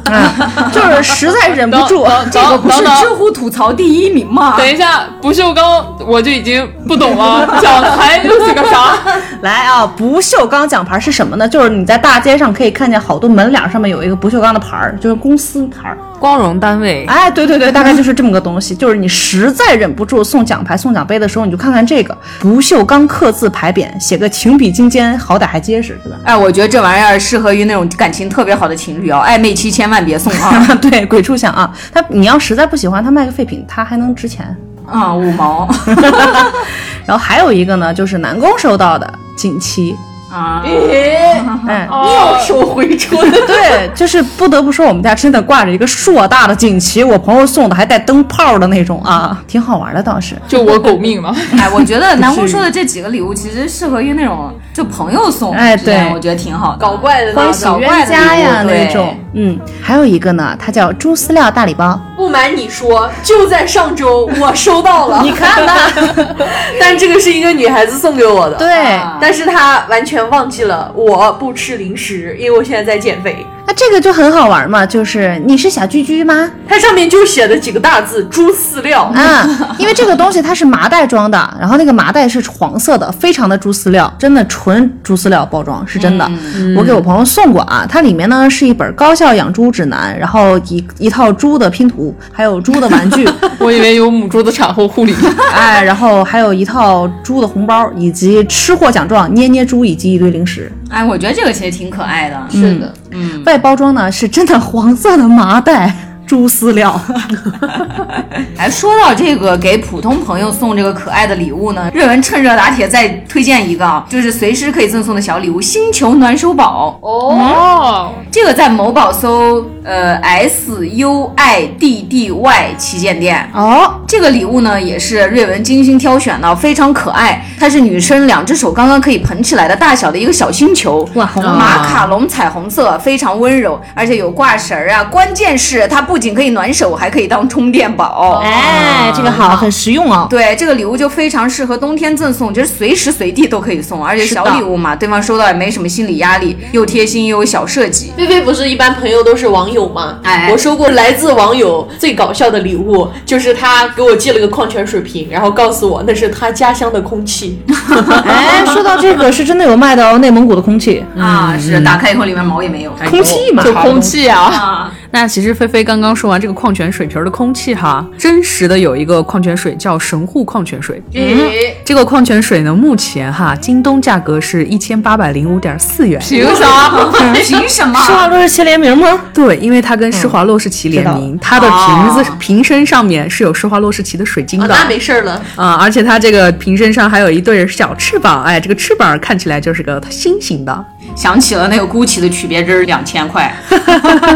Speaker 2: 啊，就是实在忍不 住，
Speaker 6: 等
Speaker 3: 这个不是
Speaker 6: 等等
Speaker 3: 知乎吐槽第一名吗？
Speaker 6: 等一下，不锈钢我就已经不懂了，讲台又是个啥？
Speaker 2: 来啊，不锈钢奖牌是什么呢？就是你在大街上可以看见好多门脸上面有一个不锈钢的牌儿，就是公司牌儿。
Speaker 4: 光荣单位，
Speaker 2: 哎，对对对，大概就是这么个东西。就是你实在忍不住送奖牌、送奖杯的时候，你就看看这个不锈钢刻字牌匾，写个情比金坚，好歹还结实，对吧？
Speaker 3: 哎，我觉得这玩意儿适合于那种感情特别好的情侣啊，暧昧期千万别 送啊！
Speaker 2: 对，鬼畜想啊，他你要实在不喜欢，他卖个废品，他还能值钱。
Speaker 3: 啊，五毛
Speaker 2: 然后还有一个呢，就是南宫收到的锦旗，
Speaker 3: 啊，
Speaker 2: 哎，
Speaker 7: 哦
Speaker 6: 妙 手
Speaker 2: 对，就是不得不说，我们家真的挂着一个硕大的锦旗，我朋友送的，还带灯泡的那种啊，挺好玩的倒是。
Speaker 6: 就我狗命嘛。
Speaker 3: 哎，我觉得南宫说的这几个礼物其实适合于那种就朋友送，
Speaker 2: 哎
Speaker 3: 之间
Speaker 2: 对
Speaker 3: 我觉得挺好的，搞
Speaker 7: 怪的
Speaker 3: 欢
Speaker 7: 呢。
Speaker 3: 喜
Speaker 2: 小冤家呀那种，嗯，还有一个呢，它叫猪饲料大礼包，
Speaker 7: 不瞒你说，就在上周我收到了，
Speaker 2: 你看吧，
Speaker 7: 但这个是一个女孩子送给我的，
Speaker 2: 对，
Speaker 9: 啊
Speaker 7: 但是她完全忘记了我不吃零食，因为我现在在减肥。
Speaker 2: 那这个就很好玩嘛，就是你是小居居吗？
Speaker 7: 它上面就写的几个大字“猪饲料
Speaker 2: 啊，因为这个东西它是麻袋装的，然后那个麻袋是黄色的，非常的猪饲料，真的纯猪饲料包装，是真的。
Speaker 7: 嗯
Speaker 2: 我给我朋友送过啊，它里面呢是一本高效养猪指南，然后一一套猪的拼图，还有猪的玩具，
Speaker 6: 我以为有母猪的产后护理，
Speaker 2: 哎，然后还有一套猪的红包，以及吃货奖状、捏捏猪以及一堆零食。
Speaker 3: 哎，我觉得这个其实挺可爱的， 是的，嗯，
Speaker 2: 外包装呢是真的黄色的麻袋。猪饲 料，
Speaker 3: 哎，说到这个给普通朋友送这个可爱的礼物呢，瑞文趁热打铁再推荐一个啊，就是随时可以赠送的小礼物——星球暖手宝。嗯
Speaker 6: 哦，
Speaker 3: 这个在某宝搜呃 S U I D D Y 旗舰店哦，这个礼物呢也是瑞文精心挑选的，非常可爱。它是女生两只手刚刚可以捧起来的大小的一个小星球，哇，马卡龙彩虹色，非常温柔，而且有挂绳儿啊。关键是它不仅可以暖手，还可以当充电宝。
Speaker 2: 哎，这个好，很实用哦。
Speaker 3: 对，这个礼物就非常适合冬天赠送，就是随时随地都可以送，而且小礼物嘛，对方收到也没什么心理压力，又贴心又有小设计”。。
Speaker 7: 菲菲不是一般朋友都是网友吗？
Speaker 3: 哎
Speaker 7: 我收过来自网友最搞笑的礼物，就是他给我寄了个矿泉水瓶，然后告诉我那是他家乡的空气。
Speaker 2: 哎，说到这个，是真的有卖的哦，内蒙古的空气，
Speaker 3: 啊，是打开以后里面毛也没有。
Speaker 2: 空气嘛，
Speaker 6: 就空气啊，
Speaker 3: 啊，
Speaker 4: 那其实菲菲刚刚说完这个矿泉水瓶儿的空气哈，真实的有一个矿泉水叫神户矿泉水，
Speaker 2: 嗯
Speaker 3: 诶
Speaker 7: 嗯
Speaker 4: 这个矿泉水呢，目前哈京东价格是一千八百零五点四元。
Speaker 6: 凭 啥？
Speaker 9: 凭什么？
Speaker 8: 施华洛世奇联名吗？
Speaker 4: 对，因为它跟施华洛世奇联名，它的瓶子、瓶身上面是有施华洛世奇的水晶
Speaker 9: 啊
Speaker 4: 的
Speaker 9: 那没事儿了，
Speaker 4: 啊、而且它这个瓶身上还有一对小翅膀，哎，这个翅膀看起来就是个心形的。
Speaker 3: 想起了那个 GUCCI 的曲别针，两千块。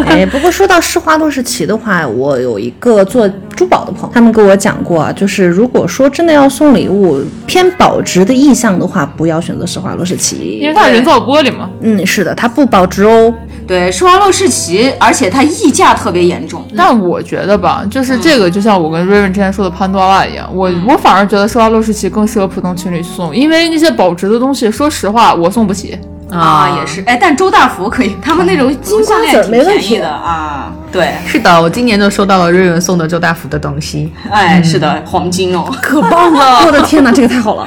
Speaker 2: 哎，不过说到施华洛世奇的话，我有一个做珠宝的朋友，他们跟我讲过啊，就是如果说真的要送礼物，偏保值的意向的话，不要选择施华洛世
Speaker 6: 因
Speaker 2: 奇。
Speaker 6: 为它是人造玻璃嘛。
Speaker 2: 嗯，是的，它不保值哦。
Speaker 3: 对，施华洛世奇，而且它溢价特别严重。
Speaker 6: 但我觉得吧，就是这个，就像我跟瑞瑞之前说的潘多拉一样，我我反而觉得施华洛世奇更适合普通情侣去送，因为那些保值的东西，说实话我送不起。
Speaker 3: 啊，也是，哎，但周大福可以，他们那种金项链挺便宜的啊。对，
Speaker 4: 是的，我今年就收到了瑞文送的周大福的东西。
Speaker 3: 哎，是的，黄金哦。
Speaker 2: 可棒 了！我的天哪，这个太 好了。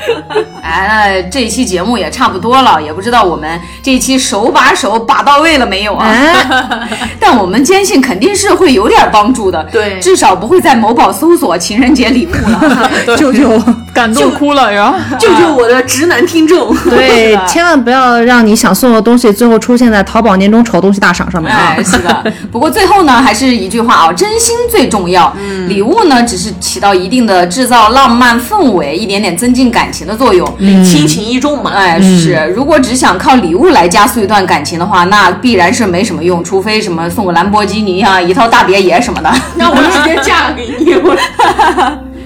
Speaker 3: 哎，那这一期节目也差不多了，也不知道我们这一期手把手把到位了没有啊？
Speaker 2: 哎
Speaker 3: 但我们坚信肯定是会有点帮助的，
Speaker 9: 对
Speaker 3: 至少不会在某宝搜索情人节礼物了。
Speaker 2: 舅舅，
Speaker 6: 感动哭了，然后
Speaker 9: 救救我的直男听众！
Speaker 2: 对，千万不要让你想送的东西最后出现在淘宝年终丑东西大赏上面啊
Speaker 3: 哎，！是的。不过最后呢，还是一句话啊，真心最重要。嗯，礼物呢，只是起到一定的制造浪漫氛围、一点点增进感情的作用。
Speaker 7: 亲情意重嘛。
Speaker 3: 哎，是，如果只想靠礼物来加速一段感情的话，那必然是没什么用，除非什么送个兰博基尼啊，一套大别野什么的。
Speaker 7: 那我直接嫁给你，我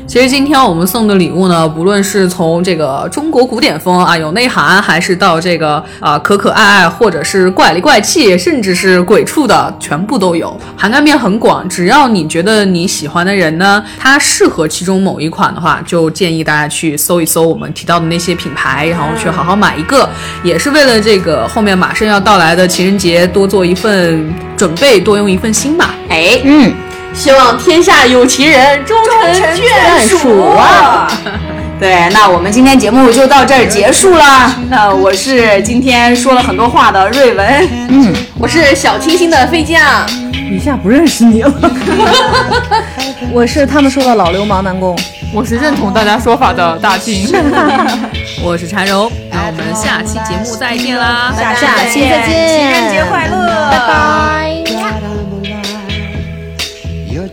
Speaker 4: 其实今天我们送的礼物呢，不论是从这个中国古典风啊有内涵，还是到这个啊、可可爱爱，或者是怪里怪气，甚至是鬼畜的，全部都有，涵盖面很广。只要你觉得你喜欢的人呢，他适合其中某一款的话，就建议大家去搜一搜我们提到的那些品牌，然后去好好买一个，也是为了这个后面马上要到来的情人节多做一份准备，多用一份心吧。
Speaker 3: 哎，
Speaker 2: 嗯
Speaker 7: 希望天下有情人终成眷属啊！
Speaker 3: 对，那我们今天节目就到这儿结束了。那我是今天说了很多话的瑞文，
Speaker 9: 我是小清新的飞酱，
Speaker 2: 一下不认识你了。我是他们说的老流氓南宫。
Speaker 6: 我是认同大家说法的大金。
Speaker 4: 我是柴柔，那我们下期节目再见啦，
Speaker 9: 下
Speaker 2: 下期再见
Speaker 9: 情人节快乐，拜拜。
Speaker 10: that I'm alive. You're